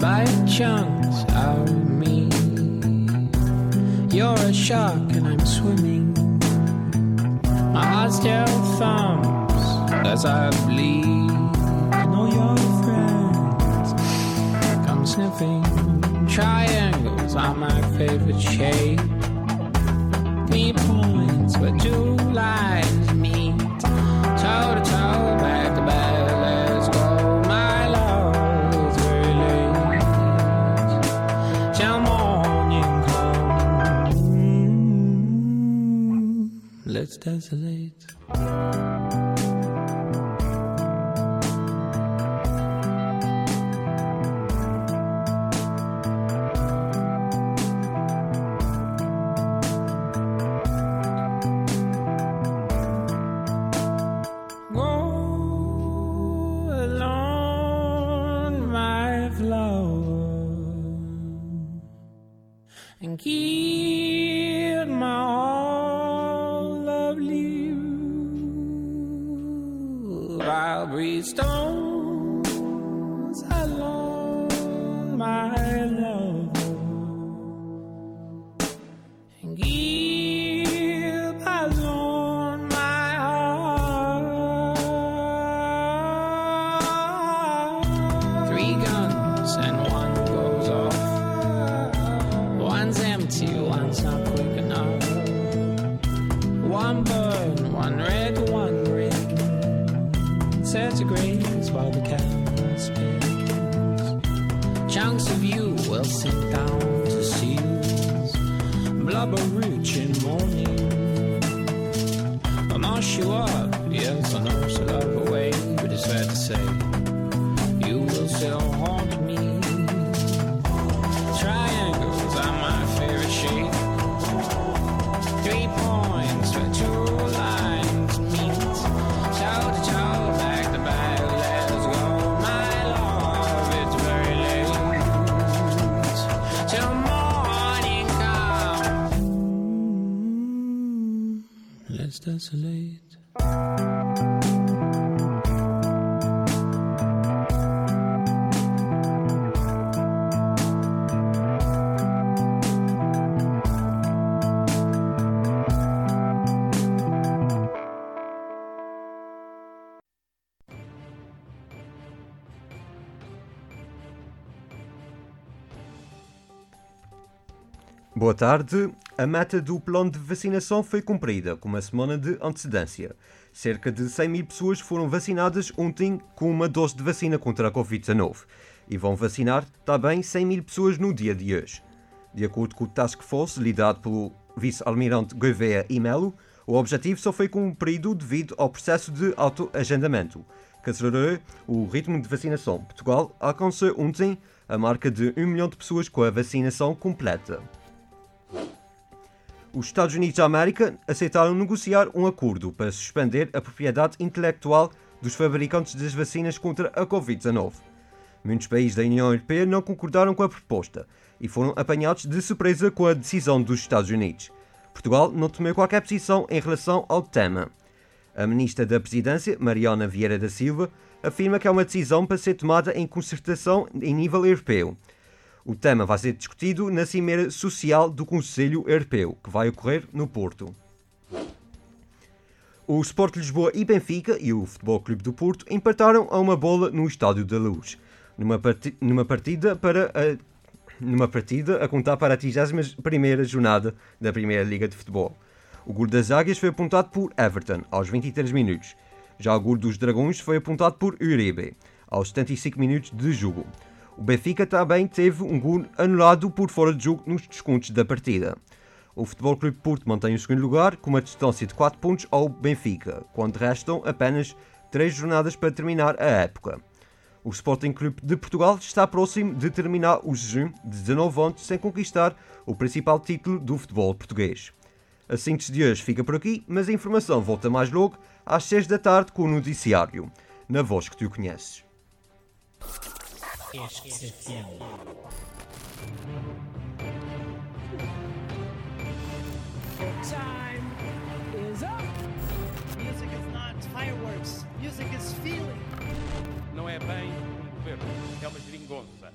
S6: by chunks out of me. You're a shark and I'm swimming. My heart still thumps as I bleed. And all your friends come sniffing. Triangles are my favorite shape. Three points where two lines meet. Toe to toe, back to back, let's go. My love is very late. Till morning comes. Let's desolate. Go along my flow and keep my all lovely. I'll breathe stones along my love and give alone my heart. Three guns and one goes off. One's empty, one's not quick enough. One burn, one red, one red. Sets a grace while the cat spins. Chunks of you will sink down to seas blubber rich in morning. I'm not sure, yes, I know it's a love away, but it's fair to say you will still haunt me. Triangles are my favorite shape. Three points where two lines meet. Toe to toe, back to back, let's go. My love, it's very late. Till morning comes. Let's desolate.
S7: Boa tarde. A meta do plano de vacinação foi cumprida com uma semana de antecedência. Cerca de 100 mil pessoas foram vacinadas ontem com uma dose de vacina contra a Covid-19 e vão vacinar também 100 mil pessoas no dia de hoje. De acordo com o Task Force, liderado pelo vice-almirante Gouveia e Melo, o objetivo só foi cumprido devido ao processo de autoagendamento, que acelerou o ritmo de vacinação. Portugal alcançou ontem a marca de 1 milhão de pessoas com a vacinação completa. Os Estados Unidos da América aceitaram negociar um acordo para suspender a propriedade intelectual dos fabricantes das vacinas contra a Covid-19. Muitos países da União Europeia não concordaram com a proposta e foram apanhados de surpresa com a decisão dos Estados Unidos. Portugal não tomou qualquer posição em relação ao tema. A ministra da Presidência, Mariana Vieira da Silva, afirma que é uma decisão para ser tomada em concertação em nível europeu. O tema vai ser discutido na Cimeira Social do Conselho Europeu, que vai ocorrer no Porto. O Sport Lisboa e Benfica e o Futebol Clube do Porto empataram a uma bola no Estádio da Luz, numa, parti- numa partida para a numa partida a contar para a 31ª jornada da Primeira Liga de Futebol. O gol das Águias foi apontado por Everton, aos 23 minutos. Já o gol dos Dragões foi apontado por Uribe, aos 75 minutos de jogo. O Benfica também teve um gol anulado por fora de jogo nos descontos da partida. O Futebol Clube Porto mantém o segundo lugar com uma distância de 4 pontos ao Benfica, quando restam apenas 3 jornadas para terminar a época. O Sporting Clube de Portugal está próximo de terminar o jejum de 19 anos sem conquistar o principal título do futebol português. A síntese de hoje fica por aqui, mas a informação volta mais logo às 6 da tarde com o noticiário, na voz que tu conheces.
S8: Time is up. Music is not fireworks. Music is feeling.
S9: Não é bem um governo, é uma geringonça.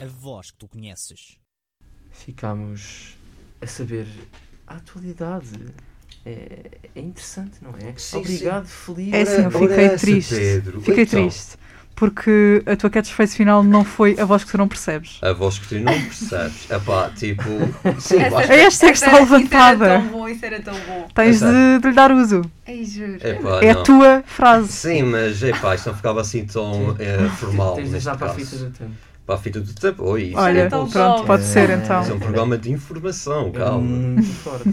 S10: A voz que tu conheces.
S2: Ficámos a saber a atualidade. É, é interessante, não é?
S11: Sim,
S2: Obrigado, Felipe.
S3: É assim, eu
S11: Ora
S3: fiquei
S11: essa,
S3: triste.
S11: Pedro.
S3: Fiquei
S11: Então.
S3: triste. Porque a tua catchphrase final não foi a voz que tu não
S7: [LAUGHS]
S3: percebes.
S11: A voz que tu não percebes. Epá, tipo. Sim, eu acho
S3: É esta que está
S1: Isso era
S3: levantada.
S1: tão bom, isso era tão bom.
S3: Tens de, de lhe dar uso.
S1: Ai, juro.
S11: que- epá,
S7: Ah,
S3: É
S11: não.
S3: a tua frase.
S11: Sim, mas epá, isto não ficava assim tão eh, formal.
S2: Tens de
S11: neste
S2: deixar para a
S11: caso.
S2: fita do tempo.
S11: Para a fita do tempo. Oi, isso
S3: Olha,
S11: é bom.
S1: tão
S3: pronto,
S1: bom.
S3: pode ser
S2: É.
S3: então.
S11: Isso é um programa de informação,
S2: É
S11: calma.
S2: muito forte.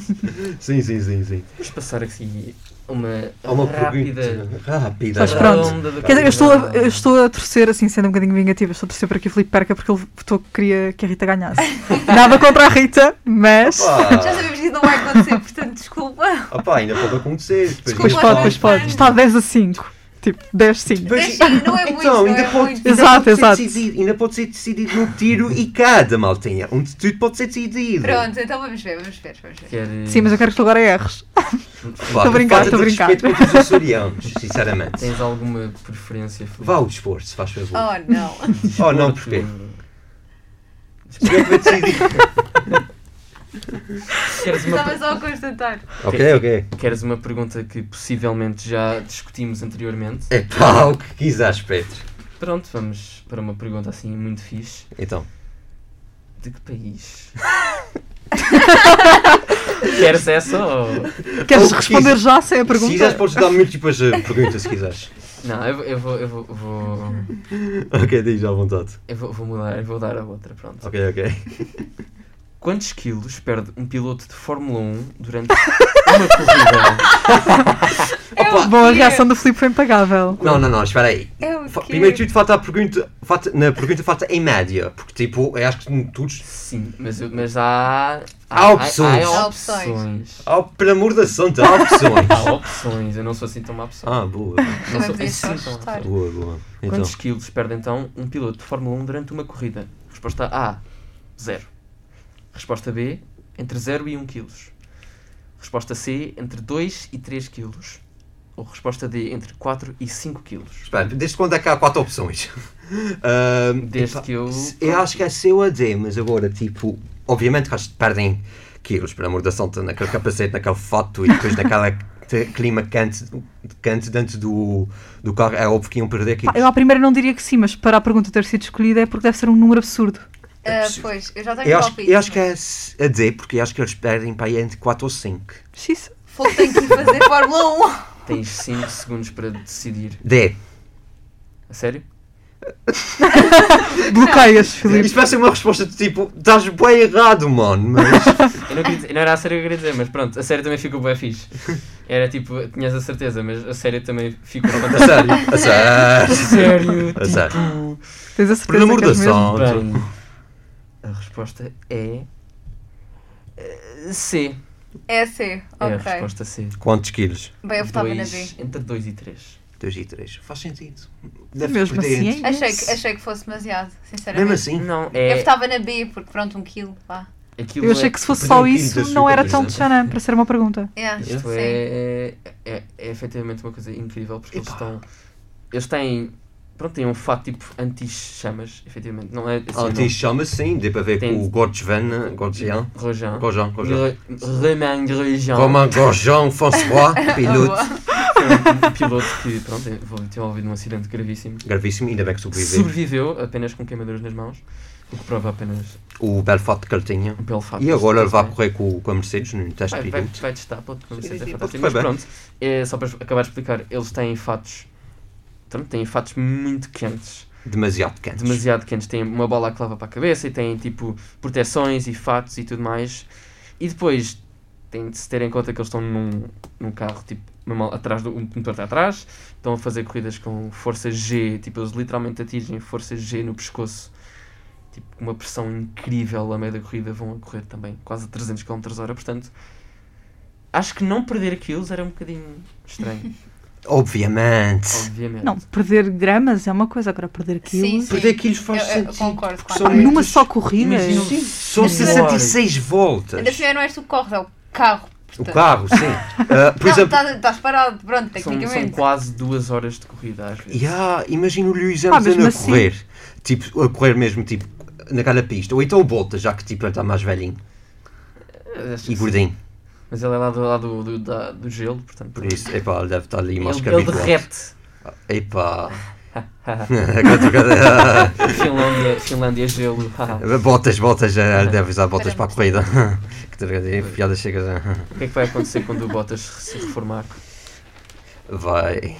S11: Sim, sim, sim, sim.
S2: Vamos passar aqui a uma,
S11: Há uma
S2: rápida.
S11: pergunta rápida.
S3: Mas pronto.
S2: ronda de
S3: Quer dizer, eu estou, a,
S2: convidado.
S3: eu estou a torcer, assim, sendo um bocadinho vingativa, estou a torcer para que o Filipe perca porque ele votou que queria que a Rita
S11: [LAUGHS]
S3: ganhasse. Nada contra a Rita, mas.
S1: Já
S11: Pá,
S1: sabemos que isso não vai acontecer, portanto, desculpa.
S11: opá, ainda pode acontecer. Depois
S3: Pois
S1: Desculpa,
S11: fala.
S3: pode, pois pode. Está 10 a 5. Tipo, 10 a 5.
S11: Depois-
S1: Deixa, não é muito,
S11: Então,
S1: não
S11: ainda
S1: é
S11: pode,
S1: muito.
S11: ainda
S3: Exato,
S11: pode
S3: exato.
S11: Ser decidido, ainda pode ser decidido num tiro e cada, maltinha. Um de tudo pode ser decidido.
S1: Pronto, então vamos ver, vamos ver, vamos ver.
S2: Quer, eh,
S3: Sim, mas eu quero que tu agora erres.
S11: Vá,
S3: Tô a brincar,
S11: falta
S3: tô a
S11: de
S3: brincar.
S11: respeito contra os açorianos, sinceramente.
S2: Tens alguma preferência? Filipe?
S11: Vá ao desporto, se faz favor.
S1: Oh, não.
S11: Oh, não,
S2: Desporto.
S11: porquê? Eu vou decidir.
S2: Queres uma,
S1: Estava só a constatar.
S11: ok, ok.
S2: queres uma pergunta que possivelmente já discutimos anteriormente?
S11: É pá, o que quiseres, Pedro.
S2: Pronto, vamos para uma pergunta assim muito fixe.
S11: Então,
S2: De que país? Queres essa ou.
S3: Queres
S11: Oh,
S3: responder
S11: isso.
S3: já sem
S11: se
S3: a
S11: quiseres,
S3: pergunta?
S11: podes dar múltiplas eh, perguntas se quiseres.
S2: Não, eu, vou- eu vou. Eu vou, eu vou,
S11: Ok, diz à vontade.
S2: eu vou, vou mudar, eu vou dar a outra, pronto.
S11: Ok, ok.
S2: Quantos quilos perde um piloto de Fórmula 1 durante uma corrida?
S3: Bom, a reação do Filipe foi impagável.
S11: Não, não, não, espera aí.
S1: É o
S11: Fa-
S1: quê?
S11: Primeiro de tudo, falta a pergunta. Falta, na pergunta, falta em média. Porque, tipo, eu acho que todos.
S2: Sim, mas, eu- mas há.
S11: Há opções.
S2: Há
S1: Há
S2: opções.
S11: Oh, pelo amor da santa, há opções.
S1: [LAUGHS]
S2: Há opções, eu não sou assim tão má pessoa.
S11: ah, boa.
S2: Não
S1: Também
S2: sou-
S1: podia
S2: isso
S1: só
S2: sim, então,
S1: ajustar.
S2: não sou.
S11: Boa, boa. Então,
S2: Quantos quilos perde então um piloto de Fórmula 1 durante uma corrida? Resposta A, 0. Resposta B, entre 0 e 1 quilos. Resposta C, entre 2 e 3 quilos. Ou resposta D, entre 4 e 5 quilos.
S11: espera, desde quando é que há quatro opções? Ahm,
S2: Desde
S11: epá,
S2: que eu-
S11: se- Eu acho que é seu a D, mas agora, tipo, obviamente que eles perdem quilos, pelo amor da santa, naquele capacete, naquele fato e depois naquela te- clima quente, quente dentro do, do carro. É óbvio que iam perder
S3: Pá,
S11: quilos.
S3: Eu à primeira não diria que sim, mas para a pergunta ter sido escolhida é porque deve ser um número absurdo.
S1: Ah, pois, eu já tenho
S7: Eu acho,
S1: palpite.
S7: eu acho que é s- a D, porque eu acho que eles perdem para aí entre 4 ou 5.
S1: Fogo tem que ir fazer Fórmula 1.
S2: Tens
S7: [LAUGHS]
S2: 5 segundos para decidir.
S7: D.
S2: A sério?
S11: É.
S3: Bloqueias, Filipe.
S7: Isto parece uma resposta do tipo, estás bem errado, mano. Mas
S2: Eu não, queria dizer- não era a sério que eu queria dizer, mas pronto, a sério também ficou bem fixe. Era tipo, tinhas a certeza, mas a sério também
S7: [LAUGHS]
S2: ficou
S7: a
S2: fantástico.
S7: sério, a sério.
S2: A sério, tipo,
S7: A sério.
S3: Tens a
S7: Por
S3: certeza
S7: amor
S3: que
S7: da
S3: és mesmo?
S7: santo.
S2: Bem, a resposta é. eh, C.
S1: É C,
S2: É a
S1: ok.
S2: resposta C.
S7: Quantos quilos?
S1: Bem, eu votava na
S2: Dois-
S1: B.
S2: entre 2 e 3.
S7: 2 e 3. Faz sentido.
S3: Mesmo
S7: perder
S3: assim,
S7: entre-
S3: hein?
S1: Achei que, achei que fosse demasiado, sinceramente.
S7: Mesmo assim.
S2: Não,
S1: Eu
S2: é.
S1: votava na B, porque pronto, um quilo, pá.
S2: Aquilo
S3: Eu achei
S2: é,
S3: que se fosse
S7: Perdi um
S3: só
S7: quilo de
S3: isso,
S7: açúcar,
S3: não era
S7: por
S3: tão
S7: exemplo.
S3: tchanan para ser uma pergunta.
S1: Yeah,
S2: Isto
S1: sim.
S2: é, é, é efetivamente uma coisa incrível porque eles estão. Eles têm. Pronto, têm um fato tipo anti-chamas, efetivamente. Não é assim,
S7: Ah, te chama sim, deu para ver
S2: Tem-
S7: com o Gortjevan, Gortjean,
S2: não. Rojan.
S7: Gorjan, Gorjan.
S2: Roman Grosjean.
S7: Romain Gorjan François, piloto.
S2: Foi um piloto que, pronto, tinha envolvido num acidente gravíssimo.
S7: Gravíssimo, ainda bem que sobreviveu.
S2: Sobreviveu apenas com queimaduras nas mãos, o que prova apenas
S7: O belo fato que ele tinha.
S2: um belo fato.
S7: E agora ele
S2: Isto
S7: vai
S2: é-
S7: correr com, com a Mercedes no teste
S2: Vai,
S7: de
S2: vai,
S7: piloto.
S2: vai testar, pode começar a
S7: Sim, sim,
S2: fantástico.
S7: pode
S2: Mas
S7: correr
S2: pronto, é, só para acabar de explicar, eles têm fatos. Pronto, têm fatos muito quentes,
S7: Demasiado quente.
S2: demasiado quentes. Têm uma bola à clava para a cabeça e têm tipo proteções e fatos e tudo mais. E depois tem de se ter em conta que eles estão num, num carro tipo mesmo atrás do um motor está atrás, estão a fazer corridas com força G, tipo eles literalmente atingem força G no pescoço. Tipo, com uma pressão incrível a meio da corrida, vão a correr também quase a 300 km hora, portanto, acho que não perder quilos era um bocadinho estranho,
S7: Obviamente.
S2: obviamente.
S3: Não, perder gramas é uma coisa, agora perder
S1: Sim,
S3: quilos. Ah,
S1: sim.
S7: Perder quilos faz
S1: Eu- eu
S7: sentido.
S1: concordo
S7: porque
S1: com
S7: são
S1: a
S7: muitos-
S3: Numa só corrida.
S2: Imagina-
S7: Sim, são
S2: Sim.
S7: 66 voltas.
S1: Ainda por cima não és tu que corres, é o carro.
S7: O
S1: portanto.
S7: carro, sim. Ah, por
S1: não, tá
S7: exemplo,
S1: estás- estás parado, pronto,
S2: São, são
S1: tecnicamente.
S2: quase duas horas de corrida às vezes.
S7: Yeah, imagina o Lewis
S3: Pá,
S7: Hamilton
S3: mesmo
S7: a
S3: assim.
S7: correr. Tipo, a correr mesmo, tipo, naquela pista. Ou então o Bottas, já que tipo, ele está mais velhinho
S2: Acho que sim.
S7: e gordinho.
S2: É Mas ele é lá do, lá do, do, da- do gelo, portanto.
S7: Por isso, epá, ele deve estar ali mais
S2: ele, ele
S7: cabelo.
S2: derrete.
S7: Epá. [LAUGHS] Aquela trocada.
S2: [LAUGHS] Finlândia, Finlândia, gelo. [LAUGHS]
S7: botas, botas, ele eh, deve usar botas para a
S1: Paramos.
S7: corrida. [LAUGHS] que trocadilho, piada chega.
S2: o que é que vai acontecer quando o Bottas se reformar?
S7: Vai.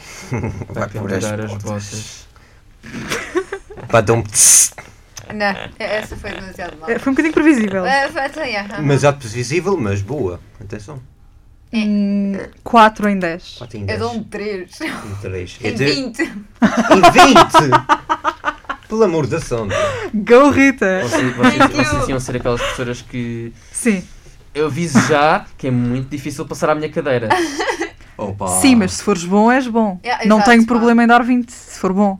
S7: Vai pôr as
S2: pendurar as
S7: botas.
S2: botas.
S7: Vai dar um tss.
S1: Não, é, essa foi demasiado mal.
S3: É, Foi um bocadinho previsível.
S1: É, foi- então, yeah, aham.
S7: Mas é previsível, mas boa. Atenção.
S3: Hum, 4 em 10.
S7: Bota em
S1: Eu
S7: 10.
S1: dou um 3.
S7: Em 3.
S1: [LAUGHS] Em 20.
S7: Em 20! Pelo amor da santa.
S3: Go Rita!
S2: Vocês, vocês,
S1: Thank you.
S2: vocês iam ser aquelas pessoas que.
S3: Sim.
S2: Eu aviso já que é muito difícil passar à minha cadeira. Ah.
S7: Opa.
S3: Sim, mas se fores bom, és bom.
S1: Yeah,
S3: não
S1: É, exato,
S3: tenho
S1: pá.
S3: problema em dar 20, se for bom.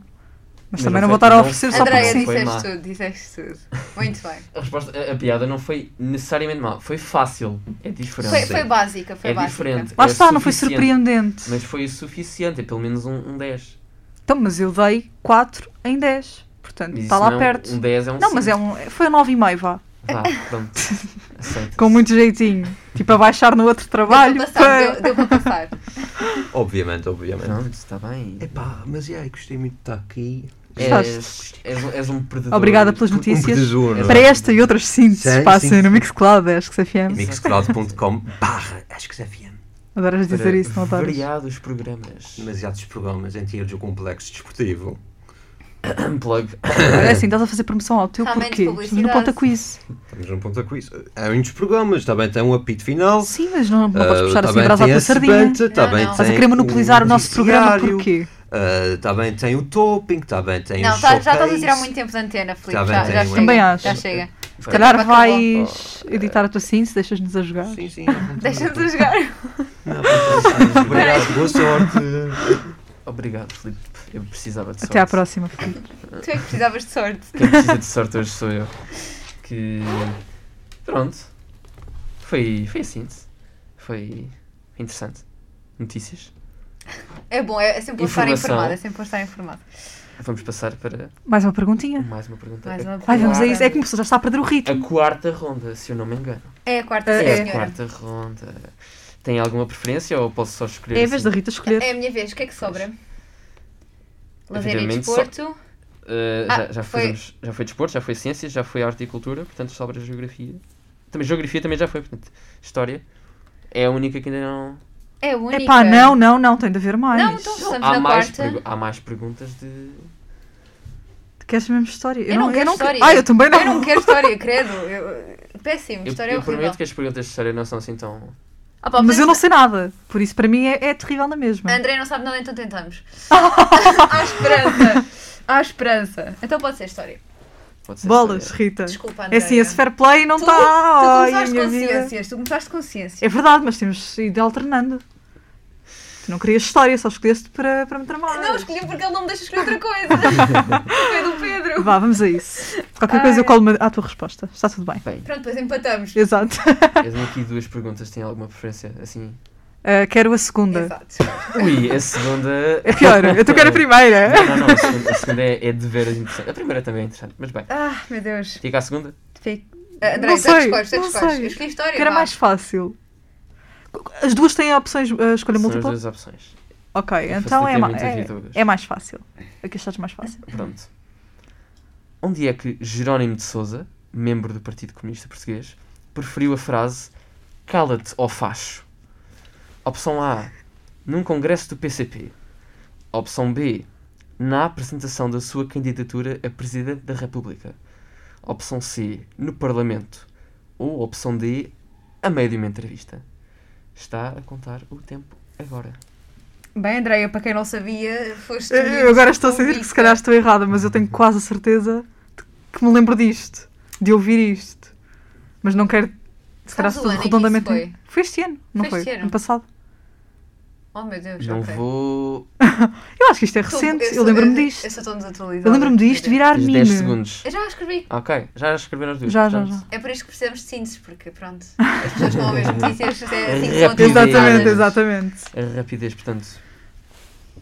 S3: Mas,
S2: Mas
S3: também
S2: não
S3: não vou
S2: foi-
S3: estar a
S2: não-
S3: oferecer só porque
S1: Andréia,
S2: Andreia,
S3: sim.
S2: Foi má.
S1: disseste tudo, disseste tudo. Muito bem.
S2: A, resposta, a, a piada não foi necessariamente má, foi fácil. É diferente.
S1: Foi, foi básica, foi
S2: é
S1: básica.
S2: diferente.
S3: Lá
S2: é
S3: está, não foi
S2: suficiente.
S3: surpreendente.
S2: Mas foi o suficiente, é pelo menos um, um 10.
S3: Então, mas eu dei 4 em 10. Portanto,
S2: Mas
S3: está
S2: isso
S3: Tá lá
S2: não é um-
S3: perto.
S2: Um 10 é um
S3: Não, mas é
S2: cinco.
S3: um, foi 9,5, vá.
S2: Vá, pronto. Aceito.
S3: Com muito jeitinho. Tipo, a baixar no outro trabalho.
S1: Deu para passar,
S3: pá.
S1: deu, deu para passar.
S7: Obviamente, obviamente.
S2: Pronto, está bem.
S7: Epá, mas é, gostei muito de estar aqui.
S2: És, és, um- és um perdedor.
S3: É Obrigada pelas
S7: Um
S3: notícias.
S7: tesouro.
S3: É Para esta e outras
S7: Sim,
S3: síntese, passem
S7: sim.
S3: no Mixcloud da AskSFM.
S7: Mixcloud.com barra é AskSFM.
S3: Adoras
S2: para
S3: dizer isso, não adoras?
S2: Variados programas.
S7: Demasiados programas em termos do complexo desportivo.
S2: Unplug.
S3: É assim, estás a fazer promoção ao teu
S1: Realmente
S3: porquê?
S1: publicidade.
S3: Estamos no ponta com isso.
S7: Estamos num ponto a quiz. Há muitos programas, também tem um apito final.
S3: Sim, mas não, não podes
S7: Ah,
S3: puxar assim
S7: também
S3: brasa à
S7: tem
S3: tua
S7: a
S3: sardinha.
S7: Sebanta,
S1: Não,
S7: também
S1: não.
S3: Estás a
S7: tem
S3: querer monopolizar o nosso programa
S7: noticiário,
S3: porquê?
S7: ah, também tem o Topping, também tem
S1: Não,
S7: o
S1: tá- já estás a
S7: Showcase.
S1: tirar muito tempo de antena, Filipe.
S7: Tá bem,
S1: já,
S7: tem
S1: já
S7: um-
S1: chega.
S3: Também acho.
S1: Já chega.
S3: Se calhar
S1: Acabou.
S3: vais editar a tua síntese, deixas-nos a jogar.
S7: Sim,
S1: [LAUGHS]
S7: sim. não tem
S1: Deixa-nos
S7: problema.
S1: a jogar. [LAUGHS]
S7: Não, não tem problema. Obrigado, boa sorte.
S2: Obrigado, Filipe. Eu precisava de sorte.
S3: Até à próxima. Filipe.
S1: Tu é que precisavas de sorte.
S2: Quem precisa de sorte hoje sou eu. Que. Pronto. Foi, foi a síntese. Foi interessante. Notícias.
S1: É bom, é, é sempre bom estar
S2: Informação.
S1: informado. É sempre bom estar informado.
S2: Vamos passar para
S3: Mais uma perguntinha?
S2: mais uma pergunta.
S1: Mais uma
S3: Ai, vamos a
S1: pergunta.
S3: isso. É que uma pessoa já está a perder o
S2: A
S3: ritmo.
S2: quarta ronda, se eu não me engano.
S1: É a quarta
S3: É,
S2: É
S1: senhora.
S2: a quarta ronda. Tem alguma preferência ou posso só escolher?
S3: É a vez
S2: assim?
S3: da Rita escolher.
S1: É a minha vez, o que é que sobra? Lazer e
S2: Evidentemente,
S1: desporto.
S2: Uh,
S1: Ah,
S2: já, já,
S1: foi-
S2: fizemos- já foi desporto, já foi ciências, já foi arte e cultura, portanto sobra geografia. Também geografia também já foi, portanto, história é a única que ainda não.
S1: É a única.
S3: Epá, não, não, não, tem de haver mais.
S1: Não, então estamos
S2: Há
S1: na
S2: mais,
S1: quarta.
S2: pergu- há mais perguntas de.
S3: Queres mesmo história?
S1: Eu não, quero história.
S3: Ah, eu também não.
S1: Eu não quero história, credo. Eu- Péssimo,
S2: Eu,
S1: história é
S2: eu
S1: horrível.
S2: prometo que as perguntas de história não são assim tão.
S1: Ah, pá,
S3: Mas eu não
S1: podemos-
S3: sei nada. Por isso, para mim, é, é terrível na mesma.
S1: André não sabe nada, então
S3: [LAUGHS]
S1: tentamos. Há esperança. Há esperança. Então pode ser história.
S2: Pode ser
S3: Bolas,
S2: história.
S3: Rita.
S1: Desculpa,
S3: é
S1: Andréia.
S3: assim, esse fair play não
S1: tu,
S3: está.
S1: tu
S3: Ai, a
S1: começaste
S3: minha
S1: com
S3: vida.
S1: ciências, tu começaste com ciências.
S3: É verdade, mas temos ido alternando. Tu não querias história, só escolheste para, para me tramar.
S1: Ah, Não, escolhi porque ele não me deixa escolher outra
S3: [LAUGHS]
S1: coisa. Foi do Pedro.
S3: Vá, vamos a isso. Qualquer
S1: Ai.
S3: coisa eu colo à tua resposta. Está tudo bem.
S2: Bem,
S1: Pronto, depois empatamos.
S3: Exato. [LAUGHS]
S2: eu tenho aqui duas perguntas, tem alguma preferência assim?
S3: Ah, quero a segunda.
S1: Exato.
S2: Ui, a segunda.
S3: É pior,
S2: [LAUGHS]
S3: eu tu quero a primeira.
S2: Não, não, a segunda, a segunda é, é de veras interessante. A primeira também é interessante, mas bem.
S1: Ah, meu Deus.
S2: Fica a segunda?
S1: Fico- Ah, André, tu
S3: Não
S1: é que
S3: sei,
S1: escolhes, tu é que
S3: não
S1: escolhes.
S3: sei.
S1: Eu escolhi história.
S3: Que era
S1: vá.
S3: mais fácil. As duas têm opções ah, escolha
S2: São as
S3: múltipla?
S2: duas opções.
S3: Ok,
S2: Eu
S3: então
S2: facilitei
S3: é, ma-
S2: muito a
S3: é,
S2: vida hoje.
S3: é mais fácil. Aqui estás mais fácil.
S2: Pronto. Onde é que Jerónimo de Souza, membro do Partido Comunista Português, preferiu a frase Cala-te ou facho? Opção A. Num congresso do PCP. Opção B. Na apresentação da sua candidatura a Presidente da República. Opção C. No Parlamento. Ou opção D. A meio de uma entrevista. Está a contar o tempo agora.
S1: Bem, Andréia, para quem não sabia, foste. tu
S3: Eu agora estou a sentir
S1: convicta.
S3: que se calhar estou errada, mas eu tenho quase a certeza de que me lembro disto, de ouvir isto. Mas não quero. Se calhar
S1: Sabes o
S3: estou
S1: ano em que
S3: redondamente.
S1: isso foi?
S3: este ano, não
S1: Foi
S3: foi?
S1: este ano.
S3: Ano passado.
S1: Oh, meu Deus.
S2: Não
S1: ok.
S2: vou.
S3: Eu acho que isto é
S1: Estou-
S3: recente, eu,
S1: sou-
S3: lembro-me
S1: Eu
S3: disto.
S1: sou tão desatualizada.
S3: Eu lembro-me
S1: é.
S3: disto virar
S2: Tens
S3: mim.
S2: 10 segundos.
S1: Eu já a escrevi.
S2: Ok, já escreveram as duas.
S3: Já, já,
S2: portanto,
S3: já.
S1: É por isso que precisamos de síntese, porque
S3: [LAUGHS]
S1: pronto, as pessoas não ouvem as notícias, é assim que são
S2: Rapidez.
S3: Exatamente,
S1: atualizadas.
S3: exatamente.
S2: A é rapidez, portanto,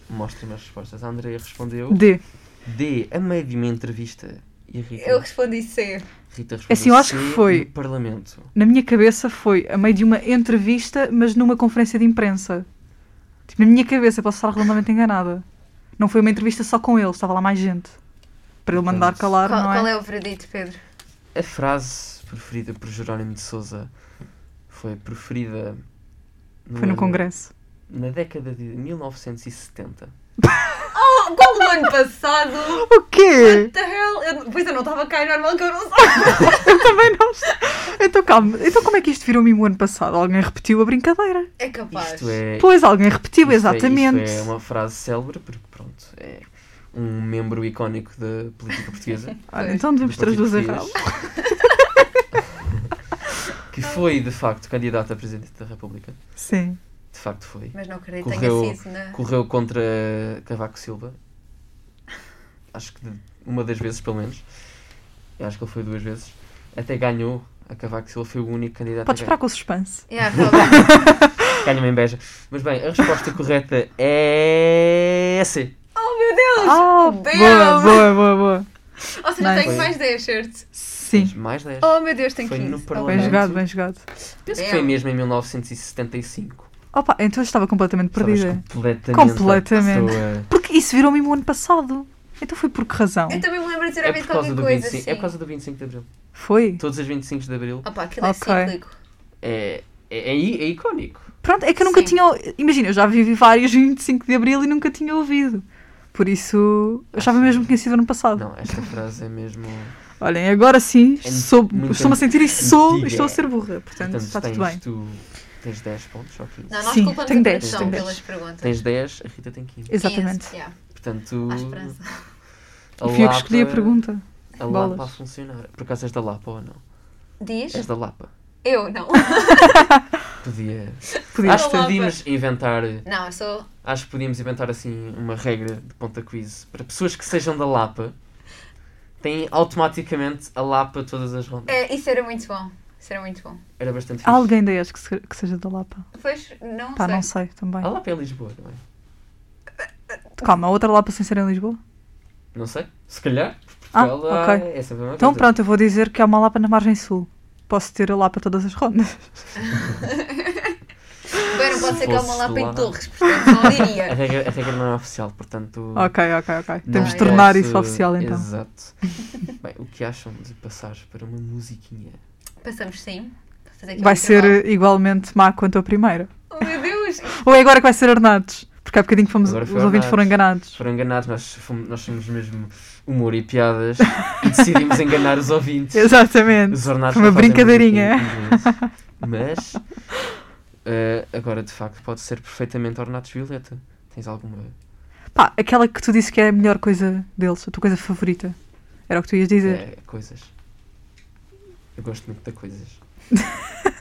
S2: mostrem-me as respostas. A Andrea respondeu
S3: D.
S2: D, a meio de uma entrevista. E a Rita,
S1: Eu respondi C.
S2: Rita respondeu
S3: Assim, eu acho
S2: C,
S3: que foi-
S2: no Parlamento.
S3: Na minha cabeça foi a meio de uma entrevista, mas numa conferência de imprensa. Tipo, na minha cabeça, posso estar redondamente enganada. Não foi uma entrevista só com ele, estava lá mais gente. Para ele mandar
S2: Portanto,
S3: calar,
S1: qual,
S3: não
S1: qual
S3: é?
S1: é o veredito, Pedro?
S2: A frase preferida por Jerónimo de Souza foi preferida
S3: Foi no
S2: ano-
S3: congresso.
S2: Na década de 1970.
S1: Oh, qual o ano passado?
S3: O quê?
S1: What the hell? Eu, pois eu não estava cá, é normal que eu não saiba.
S3: Eu [LAUGHS] também não sei. Então calma, então como é que isto virou mimo ano passado? Alguém repetiu a brincadeira?
S1: É capaz.
S2: Isto é.
S3: Pois, alguém repetiu,
S2: isto é- isto
S3: exatamente.
S2: É, uma frase célebre, porque pronto, é um membro icónico da política
S3: [LAUGHS]
S2: portuguesa.
S3: Olha, então devemos ter as duas erradas.
S2: que foi de facto candidato a presidente da República.
S3: Sim.
S2: De facto foi.
S1: Mas não acredito assim, que
S2: Correu,
S1: tenha sido na...
S2: correu contra Cavaco Silva. Acho que de- uma das vezes, pelo menos. Eu acho que ele foi duas vezes. Até ganhou. A Cavaco Silva foi o único candidato
S3: Podes
S2: a
S3: parar
S2: ganhar.
S3: com o suspense.
S1: Yeah, realmente.
S2: Ganha-me inveja. Mas bem, a resposta correta é. a C.
S1: oh meu Deus!
S3: Ah,
S1: damn!
S3: boa, boa, boa, boa.
S1: Ou seja,
S3: Nice.
S1: tenho mais 10, certo?
S2: Mas
S3: Sim.
S2: Mais 10.
S1: Oh meu Deus, tenho
S2: Foi
S1: 15.
S2: no
S1: Oh,
S2: Parlamento.
S3: Bem
S1: bem.
S3: jogado, bem jogado.
S2: Penso
S3: é.
S2: que foi
S1: Damn.
S2: mesmo em 1975.
S3: Opa, então eu estava completamente
S2: Estavas
S3: perdida.
S2: Completamente. É
S3: Completamente.
S2: à toa.
S3: Porque isso virou mimo ano passado. Então foi por que razão?
S1: Eu também me lembro de ter
S2: É
S1: ouvido
S2: por causa
S1: qualquer
S2: do
S1: coisa
S2: 25
S1: assim.
S2: é por causa do 25 de Abril.
S3: Foi.
S2: Todos os 25 de Abril
S1: Opa, aquilo é
S3: Ok.
S1: cíclico.
S2: é, é, é, i- é icónico.
S3: Pronto, é que eu nunca
S1: Sim.
S3: tinha. Imagina, eu já vivi vários 25 de Abril e nunca tinha ouvido. Por isso,
S2: Ah,
S3: eu achava mesmo que tinha sido ano passado.
S2: Não, esta frase é mesmo.
S3: Olhem, agora sim,
S2: É
S3: sou,
S2: muito
S3: estou-me a sentir e sou,
S2: antiga.
S3: e estou a ser burra. Portanto,
S2: Portanto,
S3: está
S2: tens,
S3: tudo bem.
S2: tu tens 10 pontos, só 15.
S1: Não, nós
S3: Sim,
S1: culpamos
S3: tenho
S1: a
S3: 10,
S1: produção
S3: tenho 10.
S1: pelas perguntas.
S2: Tens 10, a Rita tem 15.
S3: Exatamente.
S1: 15, yeah.
S2: Portanto,
S1: Há esperança.
S2: a
S3: Fui eu que escolhi a
S2: Lapa-
S3: pergunta.
S2: A
S3: Bolas.
S2: Lapa a funcionar. Por acaso és da Lapa ou não?
S1: Diz?
S2: És da Lapa.
S1: Eu não. [LAUGHS]
S2: Podia.
S3: Podia
S2: Acho que
S1: Lapa.
S2: podíamos inventar.
S1: Não, eu sou.
S2: Acho que podíamos inventar assim uma regra de ponta quiz para pessoas que sejam da Lapa. Têm automaticamente a Lapa todas as rondas.
S1: É, isso era muito bom. Isso era muito bom.
S2: Era bastante fixe.
S3: Há alguém daí acho que, se- que seja da Lapa.
S1: Pois, não
S3: Pá,
S1: sei.
S3: não sei também.
S2: A Lapa é Lisboa, não é?
S3: Calma, a outra Lapa sem ser em Lisboa?
S2: Não sei. Se calhar.
S3: Ah,
S2: Portugal, ah,
S3: ok.
S2: é sempre a mesma
S3: Então
S2: coisa.
S3: pronto, eu vou dizer que há uma Lapa
S2: [LAUGHS]
S3: na margem sul. Posso ter a Lapa todas as rondas.
S1: Bem, não pode ser que é uma
S2: fosse
S1: Lapa em
S2: lá.
S1: Torres, portanto não
S2: A
S1: diria.
S2: regra, a regra não é oficial, portanto.
S3: Ok, ok, ok.
S2: não
S3: Temos de
S2: posso-
S3: tornar isso oficial então. [LAUGHS]
S2: Exato. Bem, o que acham de passar para uma musiquinha?
S1: Passamos sim. Vou fazer aqui
S3: Vai
S1: um
S3: ser
S1: intervalo.
S3: eh, igualmente má quanto a primeira.
S1: Oh meu Deus!
S3: Ou é agora que vai ser ornados? Porque há bocadinho fomos,
S2: Agora
S3: os
S2: foi
S3: ouvintes foram enganados.
S2: Foram enganados, nós, fomos, nós somos mesmo humor e piadas e decidimos enganar os ouvintes.
S3: Exatamente.
S2: Os ornados
S3: Foi uma
S2: não fazem
S3: brincadeirinha.
S2: muito bem com isso. Mas eh, agora de facto pode ser perfeitamente ornados violeta. Tens alguma.
S3: Pá, aquela que tu disse que é a melhor coisa deles, a tua coisa favorita. Era o que tu ias dizer.
S2: eh, coisas. Eu gosto muito de coisas.
S3: Escolhe a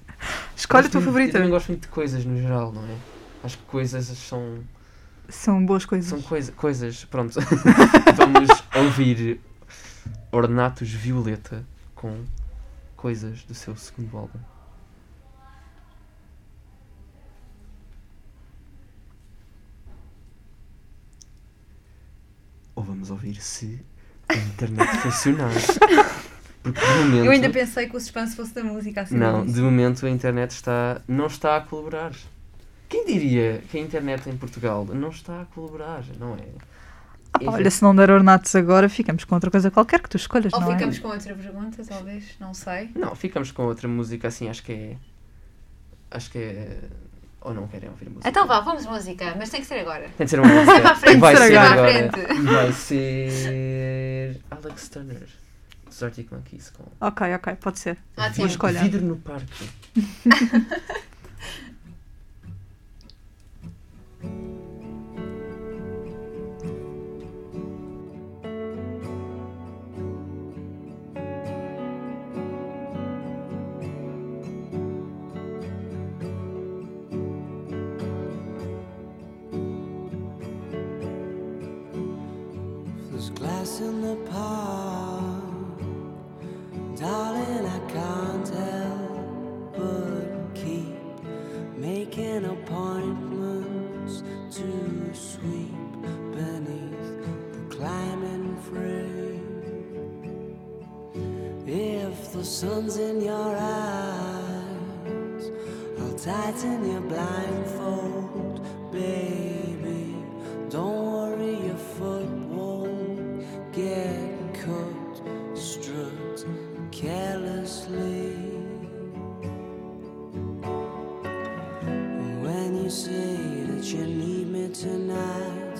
S2: Gosto
S3: tua
S2: muito- Eu
S3: favorita.
S2: também gosto muito de coisas no geral, não é? Acho que coisas são.
S3: São boas coisas.
S2: São coisa, coisas. Pronto. [LAUGHS] Vamos ouvir Ornatos Violeta com coisas do seu segundo álbum. Ou vamos ouvir se a internet [LAUGHS] funcionar. Porque de momento.
S1: Eu ainda pensei que o suspense fosse da música assim.
S2: Não, de momento a internet está, não está a colaborar. Quem diria que a internet em Portugal não está a colaborar, não é?
S3: Ah, pá, olha, se não der ornatos agora, ficamos com outra coisa qualquer que tu escolhas,
S1: Ou
S3: não
S1: ficamos
S3: é?
S1: com outra pergunta, talvez, não sei.
S2: Não, ficamos com outra música assim, acho que é. Acho que é. Ou não querem ouvir música?
S1: Então vá, vamos música, mas tem que ser agora.
S2: Tem de
S3: [LAUGHS]
S2: ser uma música.
S1: para a frente,
S2: vai
S3: vai
S2: ser
S3: para a
S2: agora.
S1: frente.
S2: E vai ser. Alex Turner, dos Arctic Monkeys, com.
S3: Ok, ok, pode ser.
S1: Ótimo.
S3: Boa escolha.
S2: Vidro no parque.
S4: There's glass in the park, darling. I can't help but keep making appointments to sweep beneath the climbing frame. If the sun's in your eyes, I'll tighten your blindfold, baby. Don't worry, your foot won't get cut. Strut carelessly. When you say that you need me tonight,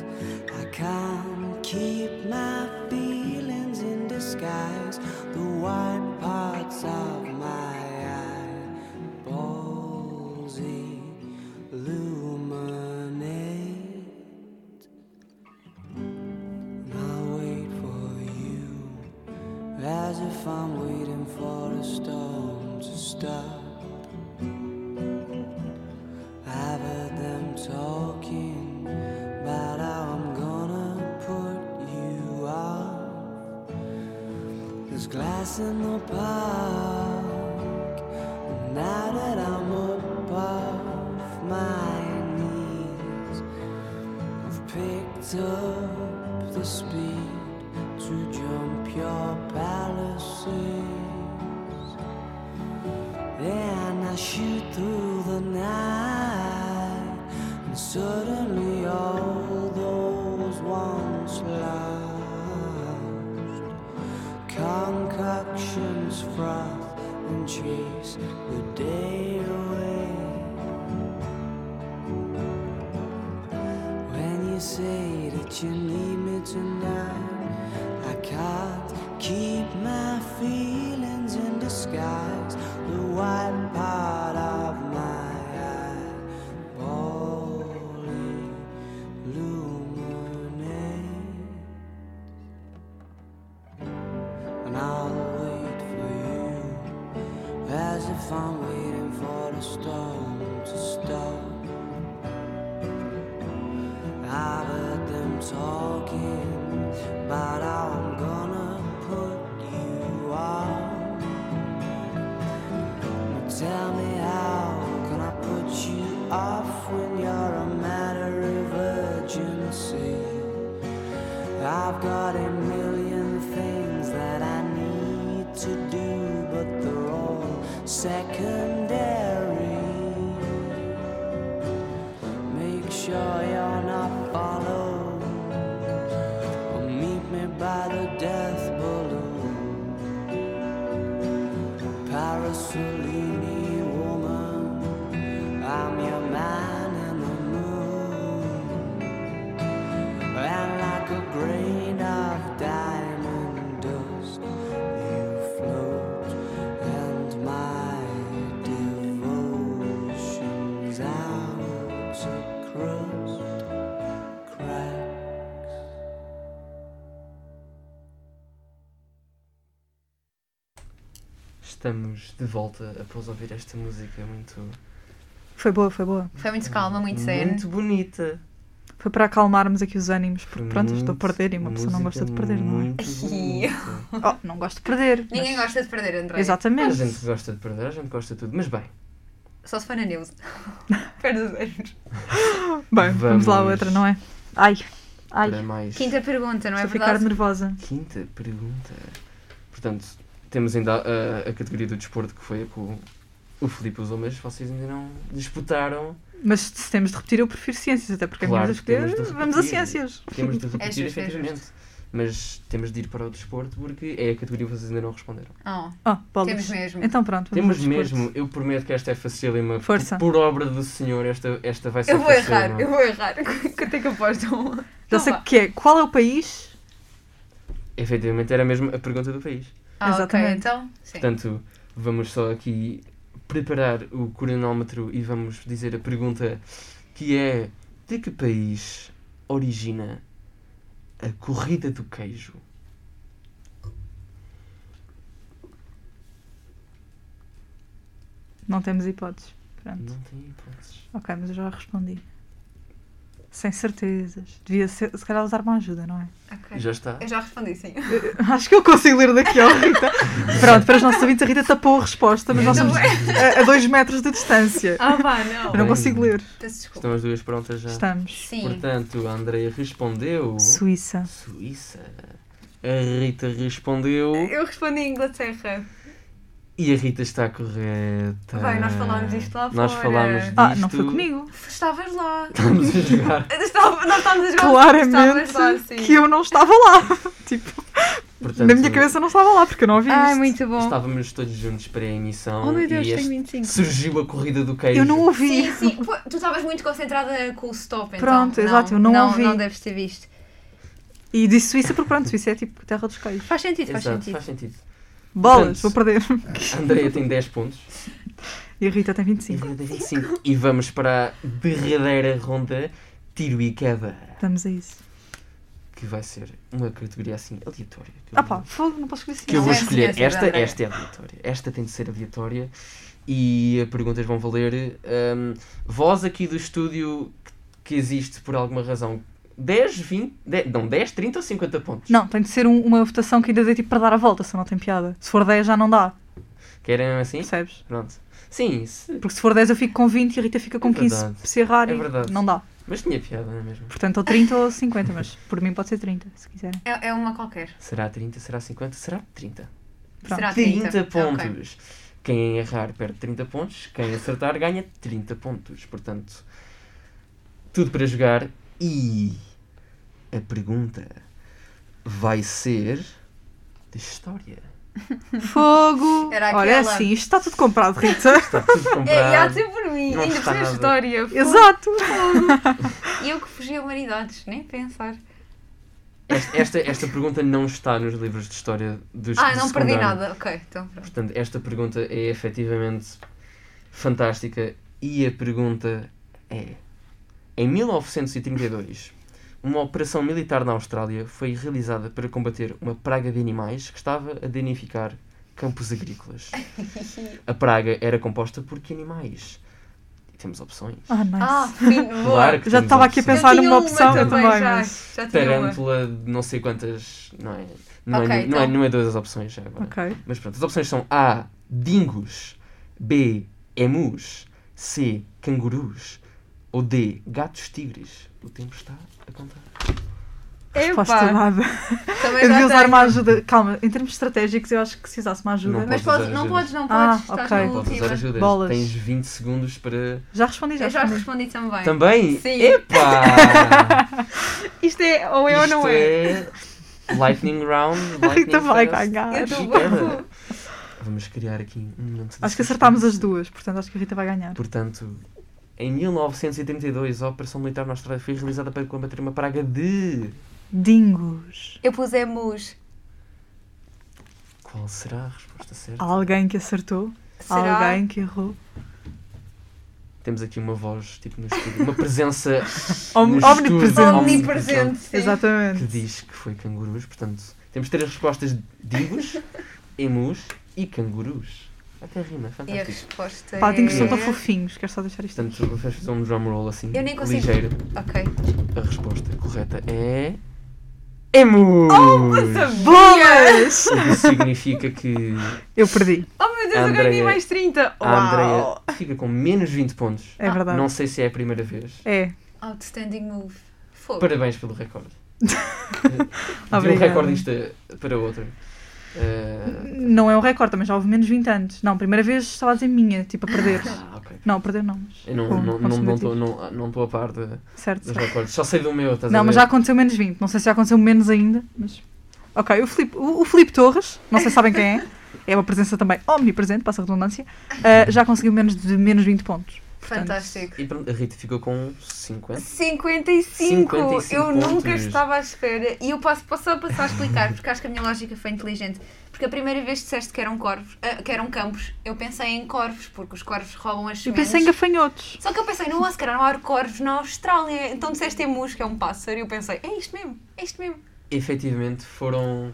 S4: I can't keep my feelings in disguise. The white parts of my eyeballs illuminate. And I'll wait for you as if I'm waiting for a storm to stop. I've heard them talking about how I'm gonna put you off. There's glass in the park, and now that I'm up off my knees, I've picked up the speed to jump your palaces. Then I shoot through the night, and suddenly all those once lost concoctions froth and chase the day away. When you say that you need me tonight, I can't keep my feelings in disguise. The white part of my eyeball illuminate, and I'll wait for you as if I'm waiting for the storm to stop. I've heard them talking about how I'm gonna put you on. But tell me how can I put you off when you're a matter of urgency? I've got a million things that I need to do, but they're all secondary.
S8: sure you're not followed. Or meet me by the death below. Parasolini woman, I'm your man in the moon. And like a grain of diamond dust, you float. And my devotion's out across cracks.
S2: Estamos de volta após ouvir esta música muito.
S3: Foi boa, foi boa.
S1: Foi muito calma, muito zen.
S2: Muito bonita.
S3: Foi para acalmarmos aqui os ânimos, porque pronto, estou a
S2: muito-
S3: perder e uma pessoa não gosta de
S2: música
S3: perder, não é?
S2: muito
S3: Oh, não gosto de perder.
S1: Ninguém
S3: mas-
S1: gosta de perder, André.
S2: A
S3: Exatamente.
S2: gente gosta de perder, a gente gosta de tudo. Mas bem,
S1: Só se for na news. Perde os anos.
S3: Bem, vamos, lá a
S2: Vamos.
S3: outra, não é? Ai, ai.
S2: para mais.
S1: Quinta pergunta, não é
S3: Estou a ficar
S1: verdade?
S3: nervosa.
S2: Quinta pergunta. Portanto, temos ainda a, a- a categoria do desporto que foi a que o, o Filipe usou, mas vocês ainda não disputaram.
S3: Mas se temos de repetir, eu prefiro ciências, até porque
S2: Claro
S3: a minha
S2: que temos de
S3: escolher, vamos a
S2: repetir.
S3: ciências.
S1: [LAUGHS]
S2: Temos de repetir,
S1: justo, é
S2: efetivamente. Mas temos de ir para o desporto porque é a categoria que vocês ainda não responderam.
S1: Oh,
S3: Oh, bolas.
S1: Temos mesmo.
S3: Então pronto,
S2: Temos
S3: vamos ao desporto.
S2: mesmo, eu prometo que esta é facílima.
S3: Força.
S2: Por obra do Senhor, esta, esta vai ser
S1: eu vou
S2: facílima.
S1: errar, eu vou errar. [LAUGHS] Quanto é que apostam?
S3: Já
S1: Então
S3: sei
S1: vá.
S3: o que é. Qual é o país?
S2: Efetivamente, era mesmo a pergunta do país.
S1: Ah, ok,
S3: Exatamente.
S1: então. Sim.
S2: Portanto, vamos só aqui preparar o cronómetro e vamos dizer a pergunta que é de que país origina a corrida do queijo?
S3: Não temos hipóteses. Pronto.
S2: Não tem hipóteses.
S3: Ok, mas eu já respondi. Sem certezas. Devia ser, se calhar usar uma ajuda, não é?
S1: Ok.
S2: Já está.
S1: Eu já respondi, sim.
S3: Acho que eu consigo ler daqui, ó
S2: [LAUGHS]
S3: Rita. Pronto, para os nossos ouvintes, a Rita tapou a resposta, mas nós estamos
S2: é.
S3: a, a dois metros de distância.
S1: Ah, vá, não.
S3: Eu não consigo ler.
S1: Peço desculpa.
S2: Estão as duas prontas já.
S3: Estamos.
S1: Sim.
S2: Portanto, a Andrea respondeu.
S3: Suíça.
S2: Suíça. A Rita respondeu.
S1: Eu respondi Inglaterra.
S2: E a Rita está correta.
S1: Bem, nós falámos disto lá
S2: Nós
S1: fora.
S2: falámos disto.
S3: Ah, não
S2: [LAUGHS]
S3: foi comigo.
S1: Estavas lá.
S2: Estamos a
S3: [LAUGHS]
S2: jogar.
S1: Estava, nós estávamos a jogar.
S3: Claramente
S1: Estavas lá, sim.
S3: que eu não estava lá. Tipo,
S2: Portanto,
S3: na minha cabeça não estava lá, porque eu não ouvi
S1: Ai,
S3: isto.
S1: muito bom.
S2: Estávamos todos juntos para a emissão.
S1: Oh meu Deus,
S2: e este-
S1: tenho 25.
S2: surgiu a corrida do queijo.
S3: Eu não ouvi.
S1: Sim, sim. Pô, Tu estavas muito concentrada com o stop, então.
S3: Pronto, exato, eu não
S1: não
S3: ouvi.
S1: Não deves ter visto.
S3: E disse Suíça, porque pronto, Suíça é tipo terra dos queijos.
S1: Faz sentido, faz
S2: Exato,
S1: sentido.
S2: faz sentido.
S3: Bolas,
S2: Portanto,
S3: vou perder. [LAUGHS]
S2: A Andrea tem 10 pontos.
S3: E a Rita tem
S2: E a
S3: 25.
S2: Andrea tem 25. E vamos para a derradeira ronda tiro e queda.
S3: Estamos a isso.
S2: Que vai ser uma categoria assim aleatória. que eu
S3: Ah pá, fogo, não posso escolher
S2: que eu
S1: Não
S2: vou
S1: é
S3: ciências.
S1: assim,
S2: escolher.
S1: é assim,
S2: esta,
S1: André.
S2: esta é aleatória. Esta tem de ser aleatória. E as perguntas vão valer. hum, vós aqui do estúdio que existe por alguma razão 10, 20, 10, não, 10, 30 ou 50 pontos?
S3: Não, tem de ser um- uma votação que ainda dê tipo para dar a volta, se não tem piada. Se for 10 já não dá,
S2: Querem assim?
S3: percebes?
S2: Pronto. Sim, se-
S3: Porque se for 10 eu fico com 20 e a Rita fica com
S2: É
S3: 15.
S2: verdade.
S3: Se errar,
S2: É
S3: e-
S2: verdade.
S3: não dá.
S2: mas tinha piada, não é mesmo?
S3: Portanto, ou 30 ou 50, mas por mim pode ser 30,
S2: [LAUGHS]
S3: se quiserem.
S1: É, é uma qualquer.
S2: Será 30, será 50, será 30?
S3: Pronto.
S1: Será
S2: 30,
S1: 30? Ok.
S2: pontos! Quem errar perde 30 pontos, quem acertar ganha 30 pontos. Portanto, tudo para jogar. E a pergunta vai ser de história.
S3: Fogo!
S1: Era
S3: Olha, é
S1: aquela.
S3: assim, isto está tudo comprado,
S1: [LAUGHS]
S3: Rita.
S2: Está tudo
S1: É, e há de
S2: comprado.
S1: ser por mim.
S2: Não
S1: Ainda
S2: está
S1: precisa de
S2: nada.
S1: história. fogo.
S3: Exato!
S1: E eu que fugi a humanidades, nem pensar.
S2: Esta, esta, esta pergunta não está nos livros de história dos
S1: Ah,
S2: do
S1: não perdi
S2: secundário.
S1: nada. Ok, então pronto.
S2: Portanto, esta pergunta é efetivamente fantástica e a pergunta é: Em 1932, uma operação militar na Austrália foi realizada para combater uma praga de animais que estava a danificar campos
S3: [LAUGHS]
S2: agrícolas. A praga era composta por que animais? Temos opções.
S3: Ah, nice.
S1: Ah, fim, boa.
S2: Claro que
S3: Já
S2: temos
S3: estava aqui a
S2: opções.
S3: pensar
S1: Eu tinha
S3: numa
S1: uma
S3: opção eu
S1: também,
S3: também,
S1: já,
S3: mas.
S1: já tinha uma.
S2: Tarântula, não sei quantas. Não é, não,
S1: Ok,
S2: é, não, é,
S1: então.
S2: não é duas opções já agora.
S3: Ok.
S2: Mas pronto, as opções são A. Dingos. B. Emus. C. Cangurus. Ou D. Gatos tigres. O tempo está a contar.
S3: Resposta
S1: Epá.
S3: dada.
S1: Também já
S3: Eu devia usar
S1: tenho.
S3: uma ajuda. Calma, em termos estratégicos, eu acho que precisasse uma ajuda.
S2: Não
S1: Mas
S2: podes
S1: pode-
S2: usar
S1: não
S2: ajudas.
S1: podes, não
S3: Ah,
S1: podes. estás
S3: ok.
S1: na
S2: Podes usar
S1: última.
S2: ajudas.
S3: Bolas.
S2: Tens 20 segundos para.
S3: Já respondi, já
S1: Eu já
S3: respondi.
S1: respondi também.
S2: Também?
S1: Sim.
S3: [LAUGHS]
S2: Epá!
S1: Isto é ou é ou
S2: Isto é
S1: não é.
S2: Lightning
S3: [LAUGHS]
S2: round.
S3: A Rita
S2: lightning
S3: Então vai
S2: fast.
S3: ganhar. Então
S1: Eu tô
S2: Chiquera. Vamos criar aqui um momento de
S3: Acho que acertámos as
S2: suspense.
S3: duas, portanto acho que a Rita vai ganhar.
S2: Portanto, em 1932, a Operação Militar na Austrália foi realizada para combater uma praga de.
S3: Dingos.
S1: Eu pus é mus.
S2: Qual será a resposta certa?
S3: Há alguém que acertou? Há
S1: Será?
S3: Alguém que errou?
S2: Temos aqui uma voz, tipo, no estúdio, uma presença.
S3: Om-
S2: no estúdio,
S3: omnipresente.
S1: Omnipresente, sim.
S3: Exatamente.
S2: Que diz que foi cangurus. Portanto, temos três respostas: digos, emus e cangurus. Até
S1: E
S2: rima,
S1: a
S2: fantástico.
S1: resposta
S3: Pá,
S1: é...
S3: dingos são tão fofinhos, quero só deixar isto.
S2: Portanto, vamos fazer um drum roll assim,
S1: Eu nem consigo.
S2: ligeiro.
S1: Ok.
S2: A resposta correta é. Emus!
S1: Oh,
S2: [LAUGHS]
S3: Bolas!
S2: O que significa que
S3: Eu perdi.
S1: Oh meu Deus,
S2: A
S1: eu ganhei
S2: Andreia-
S1: mais 30.
S2: a
S1: Uau. Tá
S2: Andrea fica com menos 20 pontos.
S3: É verdade.
S2: Não sei se é a primeira vez.
S3: É.
S1: Outstanding move. Fogo.
S2: Parabéns pelo
S3: [LAUGHS]
S2: recorde. De um
S3: Obrigada.
S2: recordista para outro. Eh,
S3: Não é um recorde, mas já houve menos 20 anos. Não, primeira vez estava a dizer minha, tipo a perder.
S2: ah, ok.
S3: Não, a perder não. mas
S2: Eu não
S3: com-
S2: estou não,
S3: com
S2: não, tô-
S3: subjetivo.
S2: não, não tô a par de-
S3: Certo,
S2: dos
S3: certo.
S2: recordes. Só sei do meu, estás a
S3: Não,
S2: ver?
S3: mas já aconteceu menos 20. Não sei se já aconteceu menos ainda, mas. Ok, o Filipe, o, o Filipe Torres, não sei se sabem quem é, é uma presença também omnipresente, passa a redundância, ah, já conseguiu menos de menos 20 pontos. Portanto,
S1: Fantástico.
S2: E pronto, a Rita ficou com 50.
S1: 55.
S2: 55
S1: Eu nunca
S2: pontos.
S1: estava à espera. E eu passo, posso só passar a explicar, porque acho que a minha lógica foi inteligente. Porque a primeira vez que disseste que eram corvos, ah, que eram campos, eu pensei em corvos, porque os corvos roubam as
S3: Eu
S1: sementes.
S3: pensei em gafanhotos.
S1: Só que eu pensei, não, se calhar não há corvos na Austrália. Então disseste emus, que é um pássaro, e eu pensei, é isto mesmo, é isto mesmo.
S2: Efetivamente foram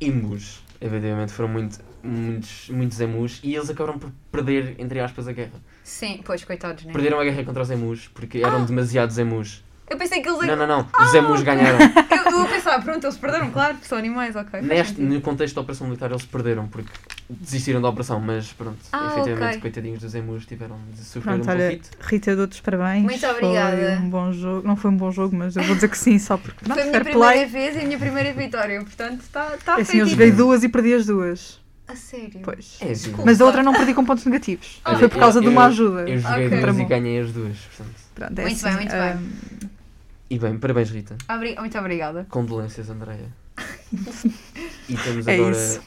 S2: emus. Efetivamente foram muito, muitos, muitos emus e eles acabaram por perder, entre aspas, a guerra.
S1: Sim, pois, coitados, né?
S2: Perderam a guerra contra os emus porque
S3: Ah!
S2: eram demasiados emus.
S1: Eu pensei que eles...
S2: Não, não, não. Os emus ganharam.
S1: Eu, eu pensava, pronto, eles perderam, claro, são animais, ok. faz
S2: Neste,
S1: sentido.
S2: no contexto da Operação Militar eles perderam porque desistiram da operação, mas pronto,
S1: Ah,
S2: efetivamente,
S1: ok.
S2: coitadinhos dos emus tiveram de sofrer
S3: Pronto,
S2: um
S3: olha,
S2: pouquito.
S3: Rita, eu dou-te os parabéns.
S1: Muito obrigada.
S3: Foi um bom jogo. Não foi um bom jogo, mas eu vou dizer que sim, só porque. Pronto,
S1: Foi a minha
S3: fair
S1: primeira
S3: play.
S1: vez e a minha primeira vitória, portanto está tá
S3: É assim, eu
S1: feito.
S3: joguei duas e perdi as duas.
S1: A sério?
S3: Pois.
S2: É, assim,
S3: Mas a outra não perdi com pontos negativos.
S2: Olha,
S3: foi por causa
S2: eu-
S3: de uma
S2: eu-
S3: ajuda.
S2: Eu joguei
S1: Ok.
S2: duas e
S3: Tramou.
S2: ganhei as duas, portanto.
S3: Pronto, é
S1: Muito bem,
S3: assim,
S1: muito
S3: ah,
S2: E bem, parabéns Rita.
S1: Abri- Muito obrigada. [LAUGHS]
S2: Condolências, Andreia. e temos
S3: É
S2: agora.
S3: isso.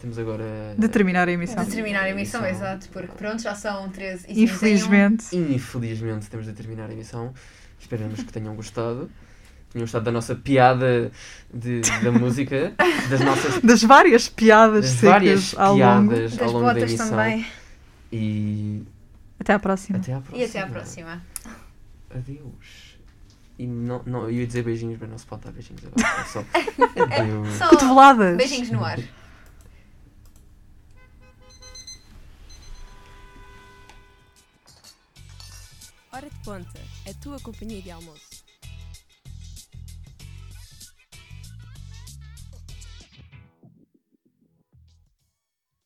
S2: Temos agora.
S3: De terminar a emissão.
S1: De terminar a emissão,
S2: Emissão.
S1: exato, porque pronto, já são 13 e um.
S3: Infelizmente.
S2: Infelizmente temos de terminar a emissão. Esperamos que tenham gostado. Tenham gostado da nossa piada de, da música, das nossas
S3: [LAUGHS] Das várias piadas
S2: das várias
S3: secas ao longo.
S2: piadas ao
S1: Das
S2: longo da
S1: botas
S2: emissão.
S1: também.
S2: E
S3: Até à próxima.
S2: até à próxima.
S1: E até à próxima.
S2: Adeus. E não, não, eu ia dizer beijinhos, mas não se pode dar beijinhos agora. É Só. [LAUGHS] Adeus.
S1: Só
S3: Cotoveladas.
S1: beijinhos no ar.
S12: Hora de Ponta, a tua companhia de almoço.